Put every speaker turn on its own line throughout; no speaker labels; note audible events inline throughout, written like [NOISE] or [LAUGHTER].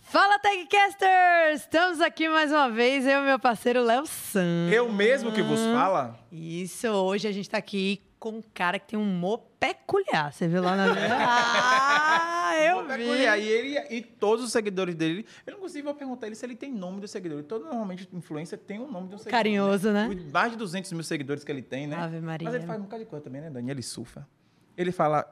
Fala Tagcasters! Estamos aqui mais uma vez, eu e meu parceiro Léo San.
Eu mesmo que
Hum.
vos fala?
Isso, hoje a gente tá aqui com um cara que tem um humor peculiar. Você viu lá na. [LAUGHS] ah, eu
Vou até
vi.
colher. E, ele, e todos os seguidores dele. Eu não consigo perguntar ele se ele tem nome do seguidor. Todo normalmente influência tem o nome de um seguidor.
Carinhoso, né?
Os Mais de 200 mil seguidores que ele tem, né?
Ave Maria.
Mas ele faz um bocado de coisa também, né, Dani? Ele surfa. Ele fala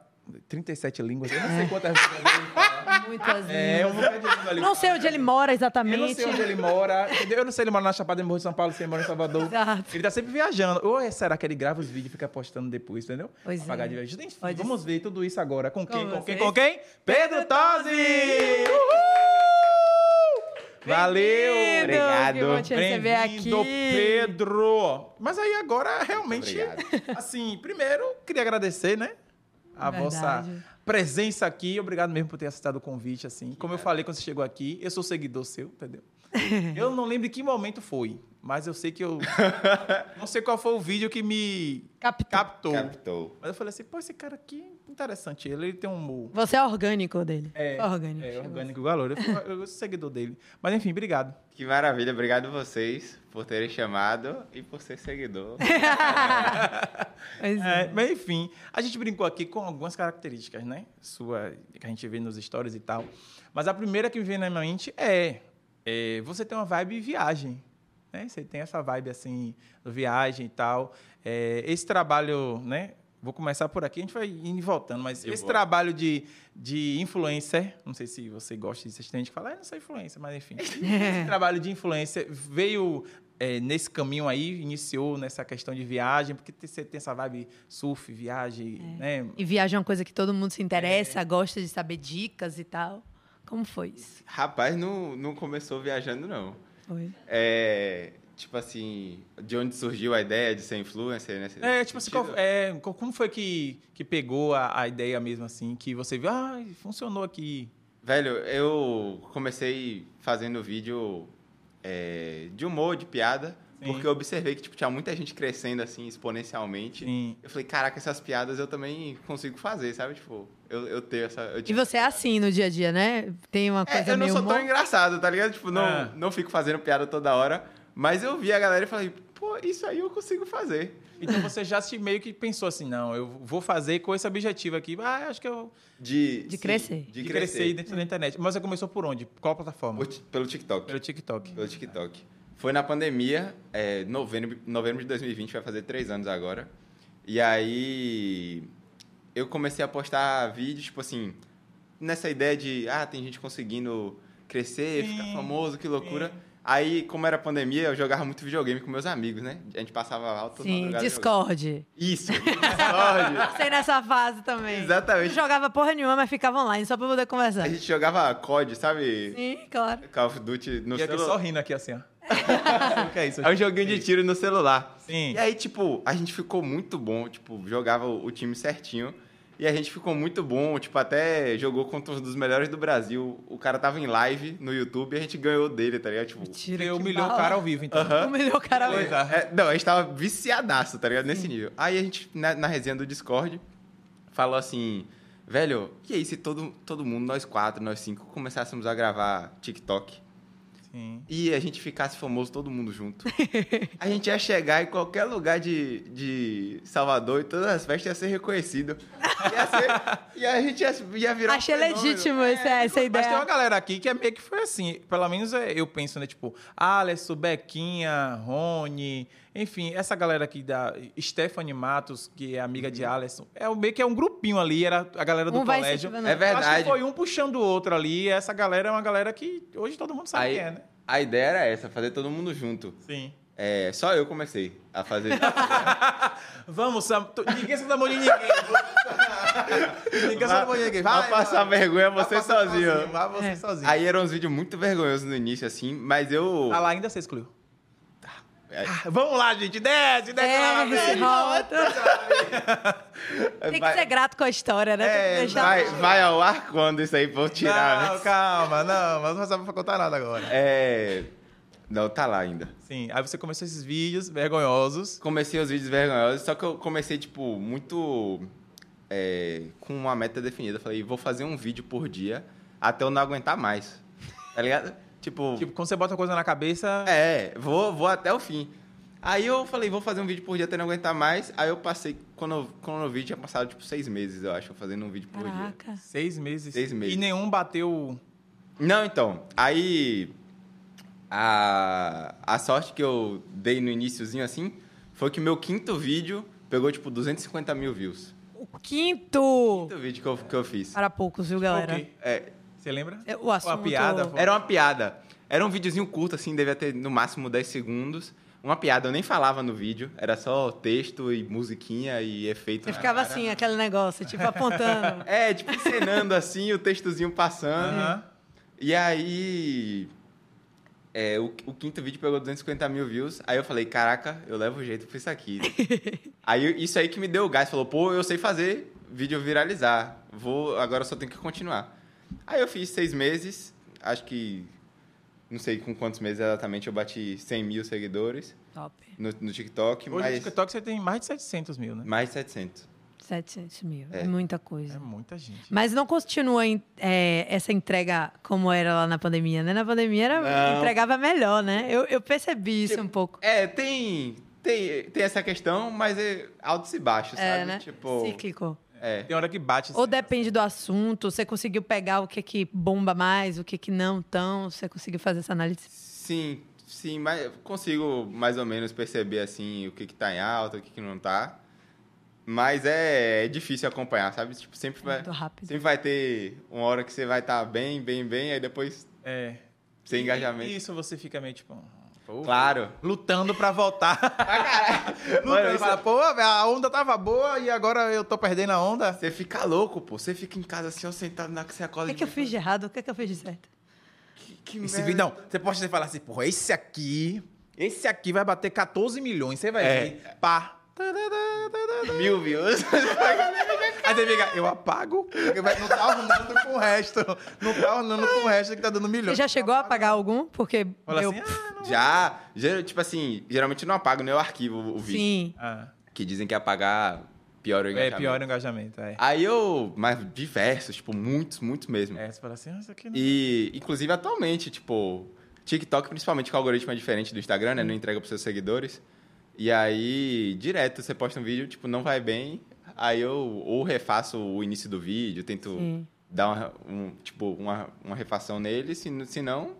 37 línguas. Eu não sei quantas línguas
[LAUGHS]
ele fala.
Muitas
É, um bocado de língua ali.
É. Não sei onde ele mora
Eu
exatamente.
não sei onde ele mora, entendeu? Eu não sei ele mora na Chapada do Morro de São Paulo, se ele mora em Salvador.
Exato.
Ele tá sempre viajando. Ou é- será que ele grava os vídeos e fica postando depois, entendeu?
Pois é.
Apagar de viagem. Enfim,
Pode
vamos ver tudo isso agora. Com quem,
Com
com quem,
vocês.
com quem? Pedro Tosi! Uhul! Valeu!
Bem-vindo, Que bom
Obrigado.
te receber aqui.
Bem-vindo, Pedro! Mas aí agora, realmente,
Obrigado.
assim, primeiro, queria agradecer, né? A
Verdade.
vossa presença aqui. Obrigado mesmo por ter aceitado o convite, assim. Como eu falei quando você chegou aqui, eu sou seguidor seu,
[LAUGHS]
entendeu? eu não lembro em que momento foi, mas eu sei
[LAUGHS]
que eu... não sei qual foi o vídeo que me
Capitão.
captou.
Captou.
Mas eu falei assim, pô, esse cara aqui, interessante. Ele, ele tem um humor...
Você é orgânico dele.
É,
Só orgânico.
é
chegou. assim."
orgânico igual a Loura. Eu, fui- eu sou seguidor dele. Mas enfim, obrigado.
Que maravilha. Obrigado vocês por terem chamado e por
[LAUGHS]
ser seguidor.
[LAUGHS] Pois é.
É, mas enfim, a gente brincou aqui com algumas características, né? Sua, que a gente vê nos stories e tal. Mas a primeira que me vem na minha mente é, é, você tem uma vibe viagem, né? Você tem essa vibe assim, viagem e tal. É, esse trabalho, né? Vou começar por aqui, a gente vai indo e voltando, mas
De
esse
boa.
trabalho de, de influencer, não sei se você gosta disso, tem gente que fala, ah, eu não sou influencer, mas enfim.
É.
esse trabalho de influencer veio é, nesse caminho aí, iniciou nessa questão de viagem, porque te- você tem essa vibe surf, viagem, né?
E viagem é uma coisa que todo mundo se interessa,
É.
gosta de saber dicas e tal. Como foi isso?
Rapaz, não, não começou viajando, não.
Foi.
É, tipo assim, de onde surgiu a ideia de ser influencer, né?
É, tipo assim, qual- é, co- como foi que, que pegou a, a ideia mesmo assim, que você viu, ah, funcionou aqui.
Velho, eu comecei fazendo vídeo é, de humor, de piada,
Sim.
porque eu observei que tipo, tinha muita gente crescendo assim exponencialmente.
Sim.
Eu falei, caraca, essas piadas eu também consigo fazer, sabe? Tipo, eu, eu tenho essa. Eu
E
tinha-
você é assim no dia a dia, né? Tem uma
É,
coisa
eu não
meio É.
sou tão
humor-
engraçado, tá ligado? Tipo, não,
Ah.
não fico fazendo piada toda hora. Mas eu vi a galera e falei, pô, isso aí eu consigo fazer.
Então você já se meio que pensou assim, não, eu vou fazer com esse objetivo aqui. Ah, acho que eu
De,
De crescer.
De,
de
crescer.
crescer dentro da internet. Mas você começou por onde? Qual plataforma?
O ti- Pelo TikTok.
Pelo TikTok.
Pelo TikTok. Foi na pandemia, é, novembro, novembro de 2020, vai fazer três anos agora. E aí eu comecei a postar vídeos, tipo assim, nessa ideia de, ah, tem gente conseguindo crescer,
Sim,
ficar famoso, que loucura. Aí, como era pandemia, eu jogava muito videogame com meus amigos, né? A gente passava alto
Sim, Discord. [LAUGHS]
Isso, Discord.
Passei nessa fase também.
Exatamente.
Não jogava porra nenhuma, mas ficava online só pra poder conversar.
A gente jogava COD, sabe?
Sim, claro.
Call of Duty no
E aqui
celular.
só rindo aqui [LAUGHS] assim, ó. o que é isso?
É um joguinho de tiro no celular.
Sim.
E aí, tipo, a gente ficou muito bom, tipo, jogava o o time certinho. E a gente ficou muito bom, tipo, até jogou contra um dos melhores do Brasil. O cara tava em live no YouTube e a gente ganhou dele, tá ligado? Tipo,
Mentira, que
Você humilhou o
bala.
cara ao vivo, então.
Humilhou o cara.
Foi. Coisa.
É, não, a gente tava viciadaço, tá ligado? Nesse nível. Aí a gente, na, na resenha do Discord, falou assim, velho, e aí se todo, todo mundo, nós quatro, nós cinco, começássemos a gravar TikTok
Sim.
e a gente ficasse famoso todo mundo
[LAUGHS]
junto, a gente ia chegar em qualquer lugar de, de Salvador e todas as festas ia ser reconhecido. Ia
[LAUGHS]
ser- e a gente ia, ia virar um
Achei
fenômeno.
legítimo esse- essa
Mas tem
ideia.
uma galera aqui que é meio que foi assim. Pelo menos é, eu penso, né? Tipo, Alesso, Bequinha, Rony, enfim, essa galera aqui da Stephanie Matos, que é amiga de Alisson, é o- meio que é um grupinho ali, era a galera do
Uhum. Um vai
colégio.
incentivando.
É
Acho que
verdade.
foi um puxando o outro ali. Essa galera é uma galera que hoje todo mundo sabe
Aí,
quem é, né?
A ideia era essa, fazer todo mundo junto.
Sim.
É, só eu comecei
[LAUGHS]
a fazer.
Vamos, Sam. tu- Ninguém se dá mão de ninguém.
[LAUGHS]
ninguém se dá mão de ninguém. Vai,
Vai passar
vai.
vergonha
Vai
você
passar
sozinho.
Vai você
É.
sozinho.
Aí eram uns vídeos muito vergonhosos no início, assim, mas eu.
Ah lá, ainda você excluiu.
É.
Ah, Vamos lá, gente. Desce,
É,
desce. lá, vai,
Desce,
desce.
volta. Tem que
vai,
ser grato com a história, né? Tem que
é,
deixar-
vai, vai ao ar quando isso aí for tirar,
Não,
né?
calma, não, mas não sabe pra contar nada agora.
É. Não, tá lá ainda.
Sim, aí você começou esses vídeos vergonhosos.
Comecei os vídeos vergonhosos, só que eu comecei, tipo, muito. é, com uma meta definida. Falei, vou fazer um vídeo por dia até eu não aguentar mais. Tá ligado? [LAUGHS] Tipo,
Tipo, quando você bota uma coisa na cabeça,
é, vou, vou até o fim. Aí eu falei, vou fazer um vídeo por dia até não aguentar mais. Aí eu passei, quando eu, quando eu vi, tinha passado tipo seis meses, eu acho, fazendo um vídeo por dia.
Caraca.
seis meses.
Seis meses.
E nenhum bateu.
Não, então. Aí. A, a sorte que eu dei no iníciozinho assim foi que meu quinto vídeo pegou tipo 250 mil views.
O quinto!
Quinto vídeo que eu, que eu fiz.
Para poucos, viu, galera?
O quê?
É,
Você lembra?
É, o
Ou
assunto-
A piada.
era uma piada. Era um videozinho curto, assim, devia ter no máximo 10 segundos. Uma piada, eu nem falava no vídeo, era só texto e musiquinha e efeito.
Você
na
ficava
cara.
assim, aquele negócio, tipo,
[LAUGHS]
apontando.
É, tipo, encenando assim, o textozinho passando.
Aham.
E aí. é, o, o quinto vídeo pegou 250 mil views. Aí eu falei, caraca, eu levo jeito pra isso aqui. aí isso aí que me deu o gás. Falou, pô, eu sei fazer vídeo viralizar. Vou, agora eu só tenho que continuar. Aí eu fiz seis meses. Acho que. Não sei com quantos meses exatamente eu bati 100 mil seguidores
Top.
no, no TikTok,
Hoje no
mas
TikTok você tem mais de 700 mil, né?
mais 700.
700 mil. É,
É.
muita
É
coisa.
muita gente.
Mas não continua em- é, essa entrega como era lá na pandemia, né? Na pandemia era,
Não.
entregava melhor, né? Eu, eu percebi isso um pouco.
É, tem, tem, tem essa questão, mas é altos e baixos,
É,
sabe?
né?
Tipo,
Cíclico.
é.
Tem hora que bate. assim,
Ou depende do assunto, você conseguiu pegar o que que bomba mais, o que que não tão, você conseguiu fazer essa análise.
Sim, sim, mas eu consigo mais ou menos perceber assim o que que tá em alta, o que que não tá. Mas é, é difícil acompanhar, sabe? Tipo, sempre vai,
Muito rápido.
sempre vai ter uma hora que você vai estar bem, bem, bem, aí depois
É.
sem
E-
engajamento.
Isso você fica meio tipo. pô,
Claro.
Lutando pra
[LAUGHS]
voltar. Lutando
Ah, Mano,
pra
isso-
falar,
é-
pô, a onda tava boa e agora eu tô perdendo a onda.
Você fica louco, pô. Você fica em casa assim, ó, sentado na que você
O
um
acorda.
que
de
que eu
manhã,
fiz de errado? O que que eu fiz de certo?
Que, que
Esse
merda.
vídeo, não, você pode você falar assim, porra, esse aqui, esse aqui vai bater 14 milhões, você vai
É.
ver. Pá. né? [LAUGHS]
Mil views.
Aí você fica, eu apago, porque vai- não tá ornando com o resto. Não tá ornando com o resto que tá dando
Você
milhões.
já chegou a pagar algum? Porque
Fala
eu
assim, ah, não.
Já, já, tipo assim, geralmente eu não apago nem eu arquivo o vídeo.
sim,
Ah,
Que dizem que é apagar piora o
é
engajamento.
pior o engajamento, é.
Aí eu. Mas diversos, tipo, muitos, muitos mesmo.
É, você fala assim, ah, isso aqui não.
E, inclusive, atualmente, tipo, TikTok, principalmente que o algoritmo é diferente do Instagram, né? Não entrega pros seus seguidores. E aí, direto, você posta um vídeo, tipo, não vai bem. Aí eu ou refaço o início do vídeo, tento
sim.
dar uma, um, tipo, uma, uma refação nele, se, n- se não.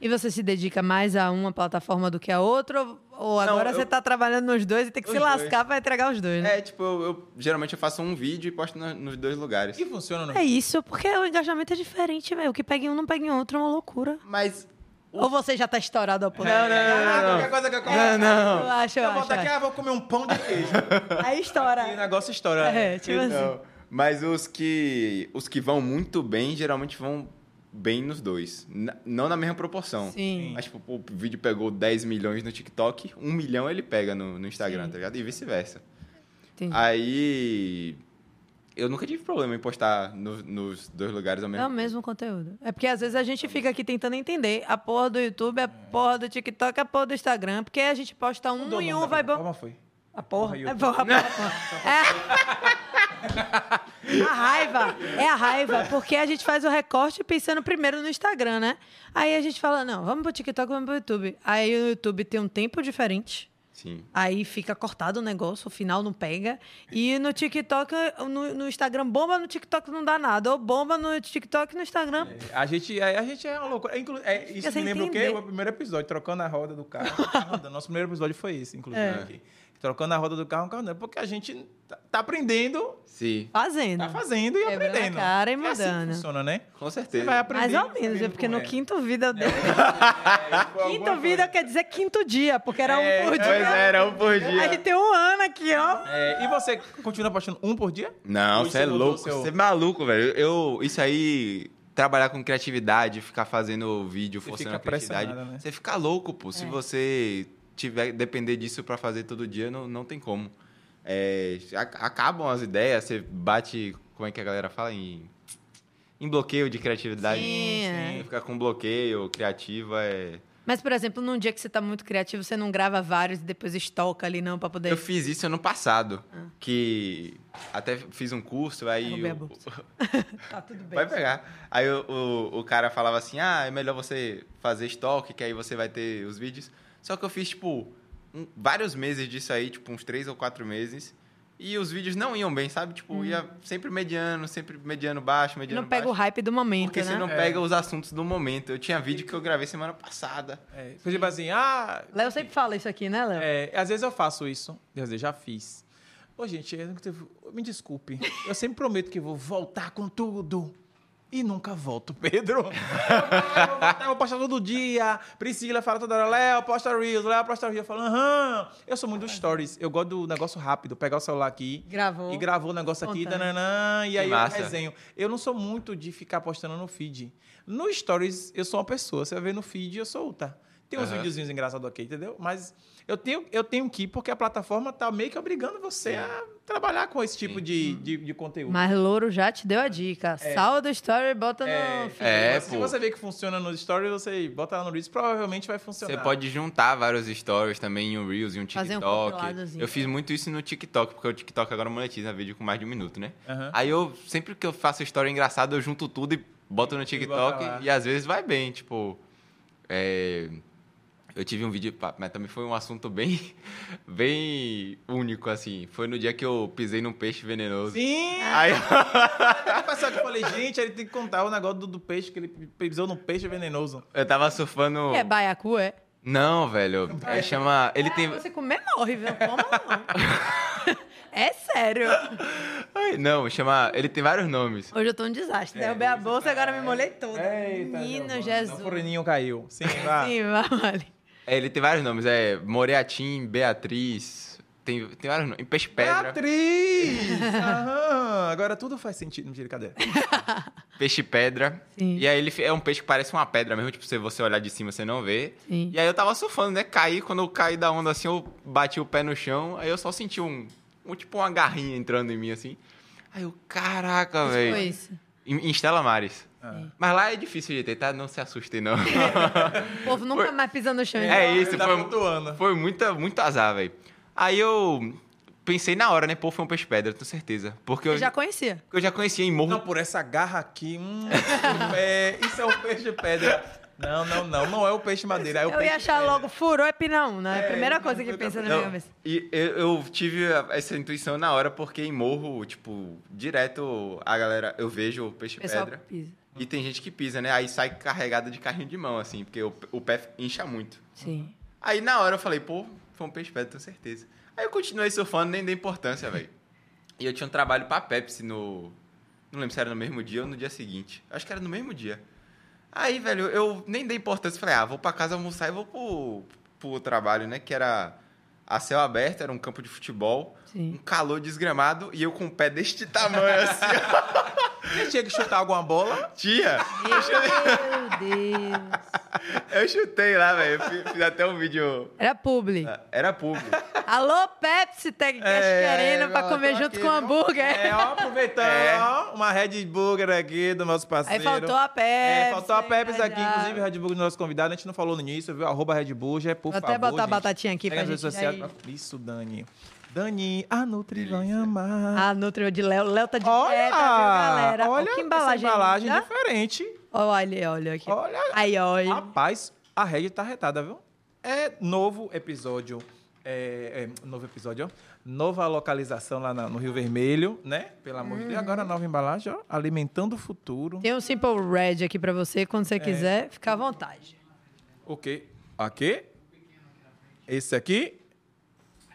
E você se dedica mais a uma plataforma do que a outra? Ou ou agora
eu-
você tá trabalhando nos dois e tem que
Os
se
dois.
lascar pra entregar os dois, né?
É, tipo, eu, eu- geralmente eu faço um vídeo e posto na- nos dois lugares.
E funciona no
É isso, porque o engajamento é diferente, velho. O que pega em um não pega em outro é uma loucura.
Mas.
Ou você já tá estourado ao ponto.
Não, não,
Ah,
não, não.
qualquer coisa que eu
Não, não.
Eu acho, eu
Eu
acho.
boto aqui,
eu
ah, vou comer um pão de
[LAUGHS]
queijo.
acho. Aí
E o
estoura.
negócio estoura.
É, tipo assim.
Não, mas os que os que vão muito bem geralmente vão bem nos dois, N- não na mesma proporção.
Sim.
Mas tipo, o vídeo pegou 10 milhões no TikTok, 1 milhão ele pega no, no Instagram,
Sim.
tá ligado? E vice-versa.
Entendi.
Ah, Aí eu nunca tive problema em postar no- nos dois lugares ao mesmo
É o mesmo conteúdo. É porque às vezes a gente fica aqui tentando entender a porra do YouTube, a porra do TikTok, a porra do Instagram, porque a gente posta um
Mudou o
e
tá
nome
um
da
vai bom.
plataforma, né? foi?
A porra.
YouTube.
É porra, a porra, a porra. É. A raiva, é a raiva, porque a gente faz o recorte pensando primeiro no Instagram, né? Aí a gente fala, não, vamos pro TikTok, vamos pro YouTube. Aí o YouTube tem um tempo diferente.
Sim.
Aí fica cortado o negócio, o final não pega. E no TikTok, no, no Instagram, bomba no TikTok não dá nada. Ou bomba no TikTok e no Instagram.
A gente, a, a gente é uma loucura. É, inclu- é, isso me
sem
lembra o
entender.
quê? O primeiro episódio, trocando a roda do carro.
[LAUGHS]
Rodando. Nosso primeiro episódio foi esse, inclusive.
É.
aqui. Trocando a roda do carro, carro andando. porque a gente tá, tá aprendendo,
Sim,
Fazendo.
tá fazendo e
Quebrando a
aprendendo.
cara e
É assim que
mudando.
funciona, né?
com
Você
certeza.
vai aprender.
Mais ou menos, é porque no quinto vida
É,
eu dei. Quinto vida quer dizer quinto dia, porque era
É,
um por
pois
dia.
Pois era um por
A gente
dia.
tem um ano aqui, ó.
É, e você continua postando um por dia?
Não,
Hoje
você
você
é
mudou
louco,
o seu-
você é maluco, velho. Eu, isso aí, trabalhar com criatividade, ficar fazendo vídeo,
Você
forçando a
fica
criatividade,
pressionado, né? É.
você fica louco, pô. Se você tiver depender disso pra fazer todo dia, não, não tem como. É, a- acabam as ideias, você bate, como é que a galera fala? Em, em bloqueio de criatividade.
Sim, é.
Você fica com bloqueio criativo, é...
Mas, por exemplo, num dia que você tá muito criativo, você não grava vários e depois estoca ali, não, pra poder.
Eu fiz isso ano passado, que até fiz um curso, aí...
Roubei Ah. a
o-
bolsa. Tá tudo bem.
Vai pegar. Aí o, o, o cara falava assim, ah, é melhor você fazer estoque, que aí você vai ter os vídeos. Só que eu fiz, tipo, um- vários meses disso aí, tipo, uns três ou quatro meses. E os vídeos não iam bem, sabe? Tipo, ia sempre mediano, sempre mediano baixo, mediano
Hum. Não pega o
baixo.
hype do momento,
Porque
né?
você não
É.
pega os assuntos do momento. Eu tinha vídeo que eu gravei semana passada.
É, foi tipo assim, ah,
Léo sempre fala isso aqui, né, Léo?
É, às vezes eu faço isso, às vezes já fiz. Ô, gente, eu nunca tive- me desculpe. Eu sempre prometo que vou voltar com tudo. E nunca volto, Pedro. Eu vou voltar, eu vou voltar, eu vou postar todo dia. Priscila fala toda hora, Léo, posta Reels, Léo, posta Reels. Eu falo, aham. Eu sou muito dos stories. Eu gosto do negócio rápido. Pegar o celular aqui.
Gravou.
E gravou o negócio aqui,
Espontâneo.
tananã, e aí eu
massa.
resenho. Eu não sou muito de ficar postando no feed. No Stories, eu sou uma pessoa. Você vai ver no feed, eu sou outra. Tem uns
Aham.
videozinhos engraçados aqui, entendeu? Mas eu tenho, eu tenho que ir porque a plataforma tá meio que obrigando você a trabalhar com esse tipo de, de, de conteúdo.
Mas Louro já te deu a dica. Salda o story e bota no feed.
É,
Mas se
pô.
você vê que funciona no Stories, você bota lá no Reels, provavelmente vai funcionar.
Você pode juntar vários stories também em um Reels, em um
Fazer um
TikTok.
compiladozinho.
eu fiz muito isso no TikTok, porque o TikTok agora monetiza vídeo com mais de um minuto, né?
Aham.
Aí eu, sempre que eu faço story engraçada, eu junto tudo e boto no TikTok.
lá.
E, às vezes vai bem, tipo. é, Eu tive um vídeo, pá, mas também foi um assunto bem, [LAUGHS] bem único, assim. Foi no dia que eu pisei num peixe venenoso.
Sim!
Aí
Até passar que eu falei, gente, ele tem que contar o negócio do, do peixe, que ele pisou no peixe venenoso.
eu tava surfando.
É baiacu, é?
Não, velho. É, chama. Ele
Ah,
tem.
Você comer morre, viu? Como não?
[LAUGHS]
é sério.
Ai, não, chama. Ele tem vários nomes.
Hoje eu tô um
É,
desastre. Derrubei a bolsa,
tá-
agora me molhei toda. Menino
Deus,
Jesus.
O forninho caiu. Sim, vá.
Sim, vai, vale.
É, ele tem vários nomes. É Moreatim, Beatriz. Tem, tem vários nomes. Peixe Pedra.
[LAUGHS]
Beatriz! Aham, Agora tudo faz sentido. Mentira, cadê?
Peixe Pedra.
Sim.
E aí ele fi- é um peixe que parece uma pedra mesmo. Tipo, se você olhar de cima, você não vê.
Sim.
E aí eu tava surfando, né? Caí. Quando eu caí da onda assim, eu bati o pé no chão. Aí eu só senti um. um tipo uma garrinha entrando em mim assim. Aí eu, caraca,
Isso
velho.
Foi isso.
Em, em Estela Mares.
Ah.
Mas lá é difícil de ter, tá? Não se assustem, não. [LAUGHS]
O povo nunca mais pisa no chão.
É isso,
Ele tá
foi-
flutuando.
Foi muita, muito azar, velho. Aí eu pensei na hora, né? Pô, foi um peixe pedra, tenho certeza. Porque eu
Você já conhecia.
eu já conhecia em Morro.
Não, por essa garra aqui. Hum,
[LAUGHS]
é, isso é um peixe pedra. Não, não, não. Não é o peixe madeira, é o
eu
peixe
ia achar
pedra.
logo, furou é pinão, né? É a primeira
não,
coisa que
eu
pensa na
Não,
minha cabeça.
e eu, eu tive a- essa intuição na hora, porque em Morro, tipo, direto a galera, eu vejo o peixe
O pessoal
pedra.
pisa.
E tem gente que pisa, né? Aí sai carregada de carrinho de mão, assim, porque o, o pé incha muito.
Sim.
Aí na hora eu falei, pô, foi um peixe pedra, tenho certeza. Aí eu continuei surfando, nem dei importância, velho. E eu tinha um trabalho pra Pepsi no. Não lembro se era no mesmo dia ou no dia seguinte. Acho que era no mesmo dia. Aí, velho, eu nem dei importância. Falei, ah, vou pra casa almoçar e vou pro, pro trabalho, né? Que era a céu aberto, era um campo de futebol.
Sim.
Um calor desgramado e eu com o pé deste tamanho, assim, [LAUGHS]
Você tinha que chutar alguma bola?
ó. Tia,
Meu Deus.
eu chutei lá, velho. Fiz, fiz até um vídeo.
Era publi.
Era público.
Alô, Pepsi, tá
É,
querendo pra
ó,
comer
tô
junto
aqui,
com
viu?
hambúrguer.
É, ó, aproveitando,
É.
ó, uma Red Burger aqui do nosso parceiro.
Aí faltou a Pepsi.
É, faltou a Pepsi aqui,
engajado.
inclusive Red Bull do nosso convidado. A gente não falou no início, viu? Arroba Red Bull, já é por
Vou
favor.
até botar a
gente.
batatinha aqui
Segue
pra
nas redes
gente
sociais.
daí.
pra- Isso, Dani. Dani, a Nutri vai
Delícia.
amar.
Ah, nutriu de Léo. Léo tá de
olha!
dieta, viu, galera? Ó,
Olha
que embalagem.
essa embalagem
linda.
diferente.
Olha, olha aqui.
Olha.
Aí, olha.
Rapaz, a Red tá retada, viu? É novo episódio. É, é, novo episódio, ó. Nova localização lá na- no Rio Vermelho, né? Pelo amor de Deus. E agora a nova embalagem, ó. Alimentando o futuro.
Tem um Simple Red aqui pra você, quando
É.
você quiser, fica à vontade.
O quê? Aqui? Esse aqui?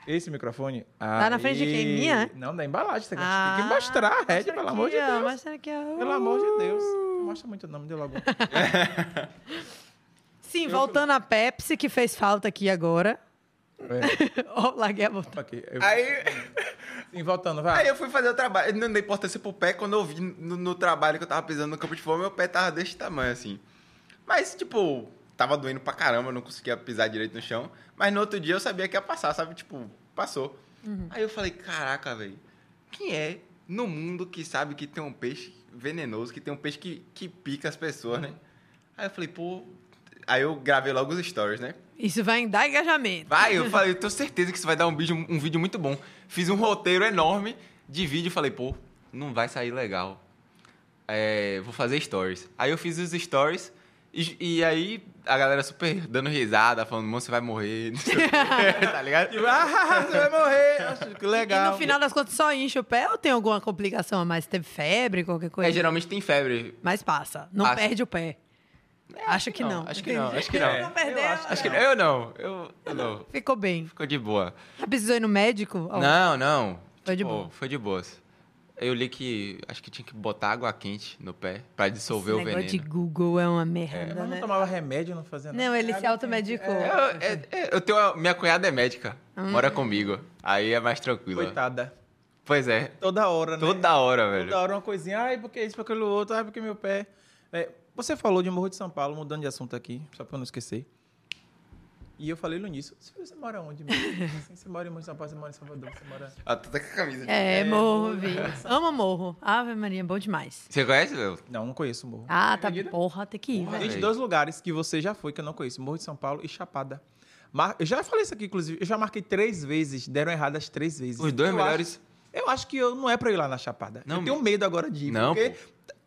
Esse microfone?
Tá na frente de quem?
Aí.
Minha? Ah,
Não, da embalagem. Você tem que mostrar a Red,
mostra
pelo
aqui,
amor de
ó,
Deus.
Mostra aqui, ó.
Pelo amor de Deus. Não Mostra muito o nome dele logo. um.
Sim, voltando à Pepsi, que fez falta aqui agora. [LAUGHS]
É,
Ó, larguei a boca.
ok, eu-
Aí,
Sim, voltando,
aí
vai.
eu fui fazer o trabalho. Eu Não dei importância pro pé. Quando eu vi no, no trabalho que eu tava pisando no campo de futebol, meu pé tava desse tamanho, assim. Mas, tipo, tava doendo pra caramba, eu não conseguia pisar direito no chão. Mas no outro dia eu sabia que ia passar, sabe? Tipo, passou. Aí eu falei, caraca, velho. Quem é no mundo que sabe que tem um peixe venenoso, que tem um peixe que, que pica as pessoas, né? Aí eu falei, pô, Aí eu gravei logo os stories, né?
Isso vai dar engajamento.
Vai, eu falei, eu tenho certeza que isso vai dar um vídeo, um vídeo muito bom. Fiz um roteiro enorme de vídeo e falei, pô, não vai sair legal. É, vou fazer stories. Aí eu fiz os stories e, e aí a galera super dando risada, falando, moço, você vai morrer, [LAUGHS] não sei o quê, tá ligado?
Tipo, ah, você vai morrer. Acho que legal.
E no final das contas só incha o pé ou tem alguma complicação a mais? Teve febre, qualquer coisa?
É, geralmente tem febre.
Mas passa, não
Acho-
perde o pé. acho que não.
Acho que não, acho que
[LAUGHS]
É,
não.
Não perdeu.
eu acho-
Acho que não. Eu não, eu, eu não.
Ficou bem.
Ficou de boa.
Já precisou ir no médico? Ó,
Não, não.
Foi de
Tipo,
boa.
Foi de boas. Eu li que acho que tinha que botar água quente no pé pra
esse
dissolver o
negócio
veneno.
de Google é uma merda,
Mas
né?
não tomava remédio, não fazia nada.
Não, ele se
Água
automedicou.
Eu, é- é- eu tenho uma- minha cunhada é médica,
Ah.
mora comigo. Aí é mais tranquilo.
Coitada.
Pois é.
Toda hora, né?
Toda hora, velho.
Toda hora uma coisinha, ai, porque isso, porque aquilo outro, ai, porque meu pé. É, você falou de Morro de São Paulo, mudando de assunto aqui, só pra eu não esquecer. E eu falei nisso, você mora onde mesmo? [LAUGHS] Assim, você mora em Morro de São Paulo, você mora em Salvador, você mora.
Ah, tu tá com a camisa.
É, morro,
morro.
vi. Amo morro. Ave Maria, bom demais.
Você conhece, meu?
Não, não conheço o morro.
Ah, tá.
Acredita?
Porra, tem que ir.
Porra.
velho.
Gente,
Aí.
dois lugares que você já foi, que eu não conheço, Morro de São Paulo e Chapada. Mar... Eu já falei isso aqui, inclusive. Eu já marquei três vezes, deram errado as três vezes.
Os dois
Eu
melhores.
acho- Eu acho que eu não é pra ir lá na Chapada.
Não,
eu tenho medo agora de ir,
Não,
porque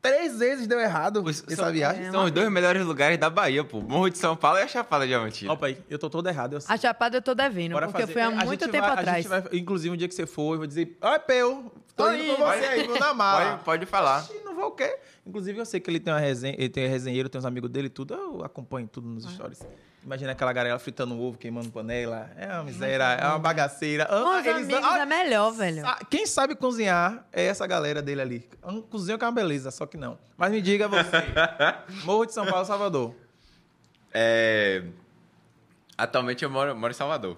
três vezes deu errado
Os-
essa
são,
viagem.
É
são
uma-
os dois melhores lugares da Bahia, pô. Morro de São Paulo e a Chapada Diamantina.
Opa aí, eu tô todo errado. Eu... sei.
A Chapada eu tô devendo,
Bora
porque eu
fazer. É,
fui há
A gente
muito
vai-
tempo
a gente
atrás.
vai- inclusive, um dia que você for, eu vou dizer, ó, Peu, tô,
Tô
indo,
indo.
com você aí, vou
[LAUGHS]
na mala.
Pode, pode falar.
Oxi, não vou o quê? Inclusive, eu sei que ele tem uma resenha, ele tem resenheiro, tem uns amigos dele e tudo. Eu acompanho tudo nos
Ah.
stories. Imagina aquela galera fritando ovo, queimando panela. É uma miséria, é uma bagaceira.
Com
Ah,
os né? amigos
ah,
é melhor, velho.
sa- Quem sabe cozinhar é essa galera dele ali. Eu não cozinho que é uma beleza, só que não. Mas me diga
[LAUGHS]
você. Morro de São Paulo, Salvador.
É, Atualmente eu moro, moro em Salvador.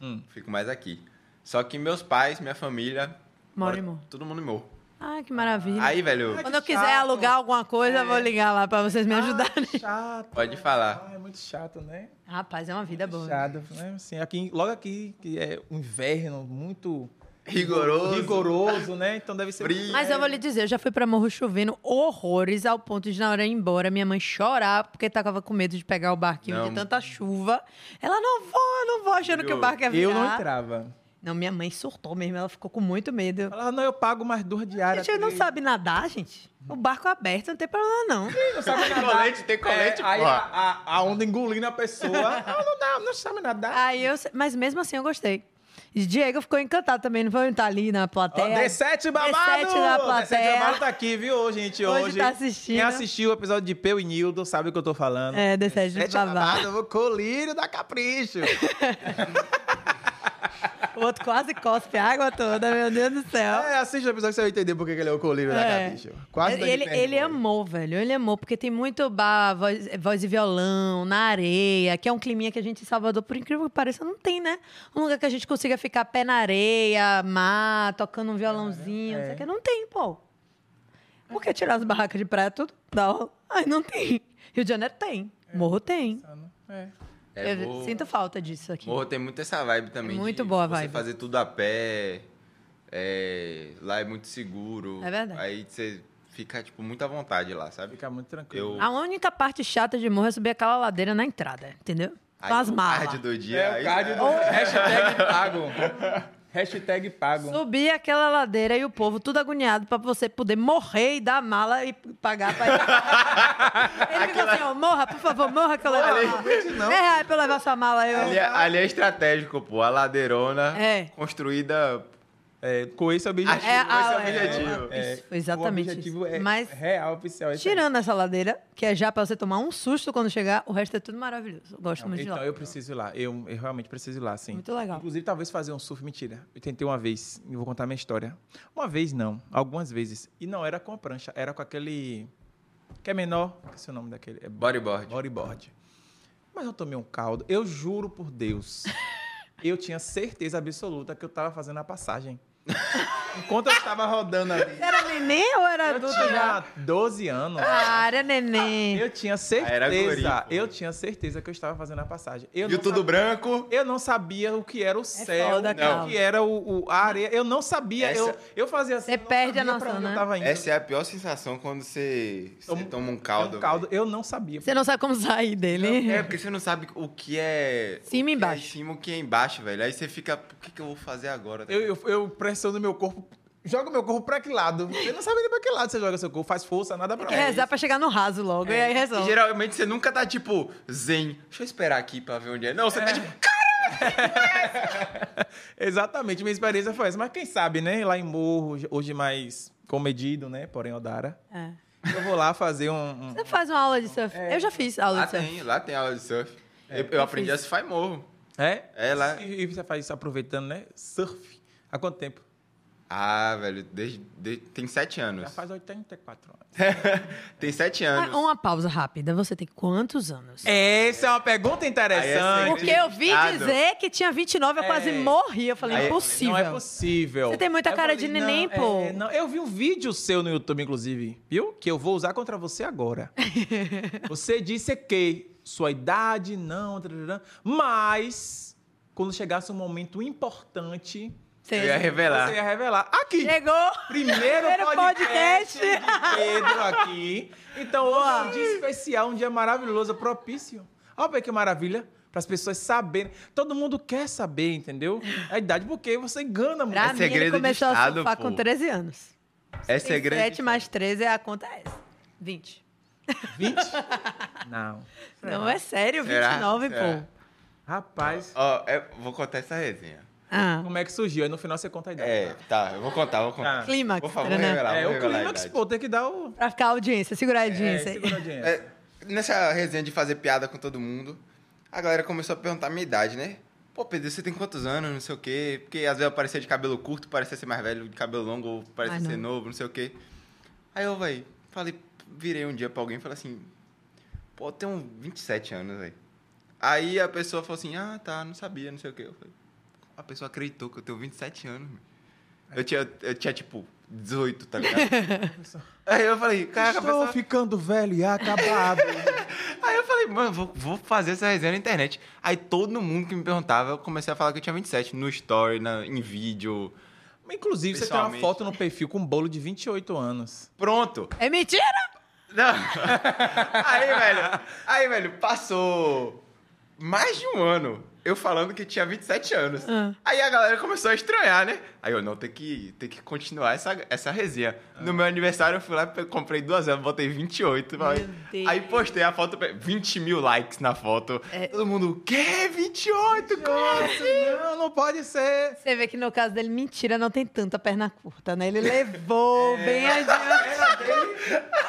Hum.
Fico mais aqui. Só que meus pais, minha família.
Mora
mora-
em Morro.
Todo mundo em morro.
Ah, que maravilha.
Aí, velho,
Ai,
Quando eu
que
quiser
é chato. É.
alugar alguma coisa, eu vou ligar lá pra vocês me ajudarem.
Ah, chato.
Pode falar.
Ah, é muito chato, né?
Rapaz, é uma vida boa. né?
Chato, né? Assim, aqui, logo aqui, que é um inverno muito
rigoroso.
rigoroso, né? Então deve ser.
Frio.
Mas eu vou lhe dizer, eu já fui pra Morro chovendo horrores ao ponto de na hora ir embora minha mãe chorar porque tava com medo de pegar o barquinho
Não.
de tanta chuva. Ela não vou, eu não vou achando que o
Eu-
barco ia virar.
Eu não entrava.
Não, minha mãe surtou mesmo, ela ficou com muito medo.
Falava, não, eu pago mais duas diárias.
Gente, eu não
três.
sabe nadar, gente. O barco é aberto, não tem problema não.
Não
[LAUGHS]
sabe
Tem
nadar. É,
colete, tem colete,
aí
porra.
a, a- a onda engolindo
[LAUGHS]
a pessoa. Ah, não dá, não sabe nadar.
Aí eu, mas mesmo assim eu gostei. E Diego ficou encantado também, não foi estar ali na
Ó,
plateia.
D7 babado!
D7 na plateia.
D7 babado tá aqui, viu, gente?
Hoje
Hoje,
tá assistindo.
Quem assistiu o episódio de Peu e Nildo sabe o que eu tô falando.
É, D7 babado. Então-
o colírio da capricho.
O outro quase cospe a água toda, meu Deus do céu.
É, assiste o episódio que você vai entender por que que ele é o colírio da
É.
capricho. Quase dá de né?
ele, ele
vergonha.
amou, velho. Ele amou, porque tem muito bar, voz, voz e violão, na areia, que é um climinha que a gente em Salvador, por incrível que pareça, não tem, né? Um lugar que a gente consiga ficar pé na areia, mar, tocando um violãozinho, não sei o
É,
que. Não tem, pô. Por que tirar as barracas de praia tudo? Não. Ai, não tem. Rio de Janeiro tem. Morro tem.
É.
É,
Eu
morro-
sinto falta disso aqui.
Morro tem muito essa vibe também.
É muito
de
boa a
você
vibe.
fazer tudo a pé. é, lá é muito seguro.
É verdade.
Aí você fica, tipo, muito à vontade lá, sabe?
Fica muito tranquilo.
Eu-
A única parte chata de morro é subir aquela ladeira na entrada, entendeu?
Aí
Com as
o
malas.
card É, um do
É,
dia. aí-
[LAUGHS]
Hashtag pago. Hashtag pago.
Subir aquela ladeira e o povo tudo agoniado pra você poder morrer e dar a mala e pagar pra ele.
[LAUGHS]
Ele ficou assim, ó, morra, por favor, morra que eu levo a mala.
realmente não.
É reais pra eu levar sua mala. Eu...
Ali, é- ali é estratégico, pô. A ladeirona
É.
construída.
É, com esse
Acho
objetivo.
É,
que esse é o
ah, é.
objetivo.
É,
Isso, foi exatamente
O objetivo
isso.
é
Mas-
real, oficial. esse é aí.
Tirando essa ladeira, que é já pra você tomar um susto quando chegar, o resto é tudo maravilhoso. Eu gosto muito de
Então
lá.
eu preciso ir lá. Eu, eu realmente preciso ir lá, sim.
Muito legal.
Inclusive, talvez fazer um surf. Mentira. Eu tentei uma vez. Eu vou contar minha história. Uma vez, não. Algumas vezes. E não era com a prancha. Era com aquele... Que é menor. Que é o nome daquele? É
Bodyboard.
Bodyboard. Mas eu tomei um caldo.
[LAUGHS]
Eu juro por Deus. eu tinha certeza absoluta que eu tava fazendo a passagem. Enquanto eu estava rodando ali.
Era neném ou era
Eu
adulto
tinha
Tá já?
12 anos.
Ah, era neném.
Eu tinha
Ah, era né? guri,
certeza,
pô.
eu tinha certeza que eu estava fazendo a passagem. Eu
Viu
não
tudo
sabia-
branco?
Eu não sabia o que era o céu,
É foda,
o
Carlos.
que era o, o- a areia. Eu não sabia.
Essa-
Eu, eu fazia assim.
Você
eu não
perde
sabia
a noção,
pra onde Eu
né?
tava indo.
Essa é a pior sensação quando você, você
Tomo-
toma um
É um
caldo.
caldo. Eu não sabia.
Você não sabe como sair dele.
velho. É, porque você não sabe o que é.
Cima e
o que
embaixo.
É em cima e o que é embaixo, velho. Aí você fica, o que, que eu vou fazer agora?
Eu, eu, eu pressiono meu corpo. Joga meu corpo pra que lado? Você não sabe nem pra que lado você joga seu corpo. Faz força, nada pra
Tem que rezar pra chegar no raso logo. E aí
é E
resolve.
geralmente você nunca tá tipo, zen, deixa eu esperar aqui pra ver onde é. Não, você tá tipo,
Exatamente, minha experiência foi essa. Mas quem sabe, né? Lá em Morro, hoje mais comedido, né? Porém, Odara.
É.
Eu vou lá fazer um. um-
Você faz uma aula de surf? Eu já fiz aula
lá
de surf.
É. Ah, tem, lá tem aula de surf. eu eu aprendi a surfar em morro.
É?
É, lá-
E, e você faz isso aproveitando, né? Surf. Há quanto tempo?
Ah, velho, desde, desde- tem sete
Já
anos. [LAUGHS]
faz 84 anos.
tem sete
Ah,
anos.
Uma pausa rápida. Você tem quantos anos?
Essa é uma pergunta
Aí é
interessante.
Porque eu vi
Registrado.
dizer que tinha 29, eu quase
É.
morri. Eu falei,
Aí,
impossível.
Não é possível.
Você tem muita
Eu
cara de
falei,
neném,
não,
pô.
é, não. Eu vi um vídeo seu no YouTube, inclusive, viu? Que eu vou usar contra você agora.
[LAUGHS]
você disse que sua idade, não, tarará, mas quando chegasse um momento importante,
Você-
Eu ia É revelar.
você ia revelar. Aqui!
Chegou!
Primeiro,
Primeiro podcast.
podcast, de Pedro aqui. Então, hoje é um dia especial, um dia maravilhoso, propício. Olha que maravilha, para as pessoas saberem. Todo mundo quer saber, entendeu? A idade, porque você engana muito.
Pra
É
mim, ele
segredo de
começou a
estado,
surfar
pô.
com 13 anos.
É
Tem
segredo.
7 mais 13 é a conta é essa. 20.
20? é Não.
Não, é sério,
Será?
29,
Será?
pô.
Rapaz,
Ó, é, vou contar essa resenha.
Ah,
como é que surgiu? Aí no final você conta a idade.
É, tá, eu vou contar, vou contar.
Ah.
Clímax,
Por favor,
né?
revelar,
É,
vou
o
revelar a
clímax,
idade.
pô, tem que dar o...
pra ficar a audiência, segurar a
É,
audiência. aí.
segura a audiência.
É, nessa resenha de fazer piada com todo mundo, a galera começou a perguntar a minha idade, né? Pô, Pedro, você tem quantos anos, não sei o quê? Porque às vezes eu parecia de cabelo curto, parecia ser mais velho, de cabelo longo, parecia
Ah, não.
ser novo, não sei o quê. Aí eu, véi, falei, virei um dia pra alguém e falei assim, pô, eu tenho 27 anos, véi. Aí a pessoa falou assim, ah, tá, não sabia, não sei o quê. Eu falei, a pessoa acreditou que eu tenho 27 anos, meu. eu tinha, eu tinha, tipo, 18,
[LAUGHS]
tá ligado? Aí eu falei, caraca, a pessoa...
ficando velho e acabado.
[LAUGHS] Aí eu falei, mano, vou, vou fazer essa resenha na internet. Aí todo mundo que me perguntava, eu comecei a falar que eu tinha 27 no story, na, em vídeo.
Inclusive, você tem uma
Pessoalmente.
foto no perfil com um bolo de 28 anos.
Pronto.
É mentira!
Não. [LAUGHS] aí, velho, aí, velho, passou mais de um ano eu falando que tinha 27 anos.
Ah.
Aí a galera começou a estranhar, né? Aí eu, não, tem que, tem que continuar essa, essa resenha. No meu aniversário, eu fui lá, pe- comprei duas elas, botei 28. falei-
Deus. É.
Aí postei a foto, pe- 20 mil likes na foto. Todo mundo, o quê? 28, cara?
Não, não pode ser.
Você vê que no caso dele, mentira, não tem tanta perna curta, né? Ele
[LAUGHS]
levou
É.
bem adiante.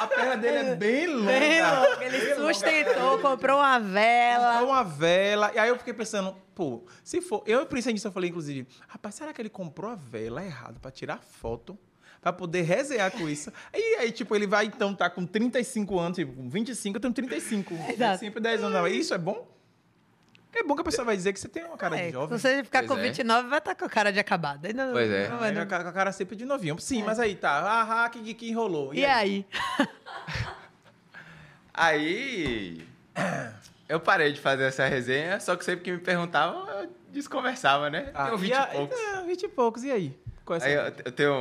A perna dele é bem longa.
Bem louco. Ele
Bem longa.
sustentou, comprou uma
É
vela.
uma vela. E aí eu fiquei pensando, pô, se for. Eu pensei nisso, eu falei, inclusive, rapaz, será que ele comprou a vela errado pra tirar foto? Pra poder resenhar com isso. E aí, tipo, ele vai então tá com 35 anos, tipo, com 25, eu tenho 35.
[LAUGHS] Exato.
Sempre 10 anos. Não. Isso é bom? É bom que a pessoa vai dizer que você tem uma cara
É,
de
se
jovem.
você ficar com
Pois é.
29, vai estar com a cara de acabada. Ainda-
Pois é.
não vai,
Aí
não.
a ca- a cara sempre de novinho. Sim, mas aí tá. Ah, ah, que, que enrolou.
É. E aí?
Aí eu parei de fazer essa resenha, só que sempre que me perguntavam, eu desconversava, né?
Ah,
tenho 20
e
e
a-
poucos.
É, 20 e poucos, e aí? Qual é a
Aí
sua-
eu, eu tenho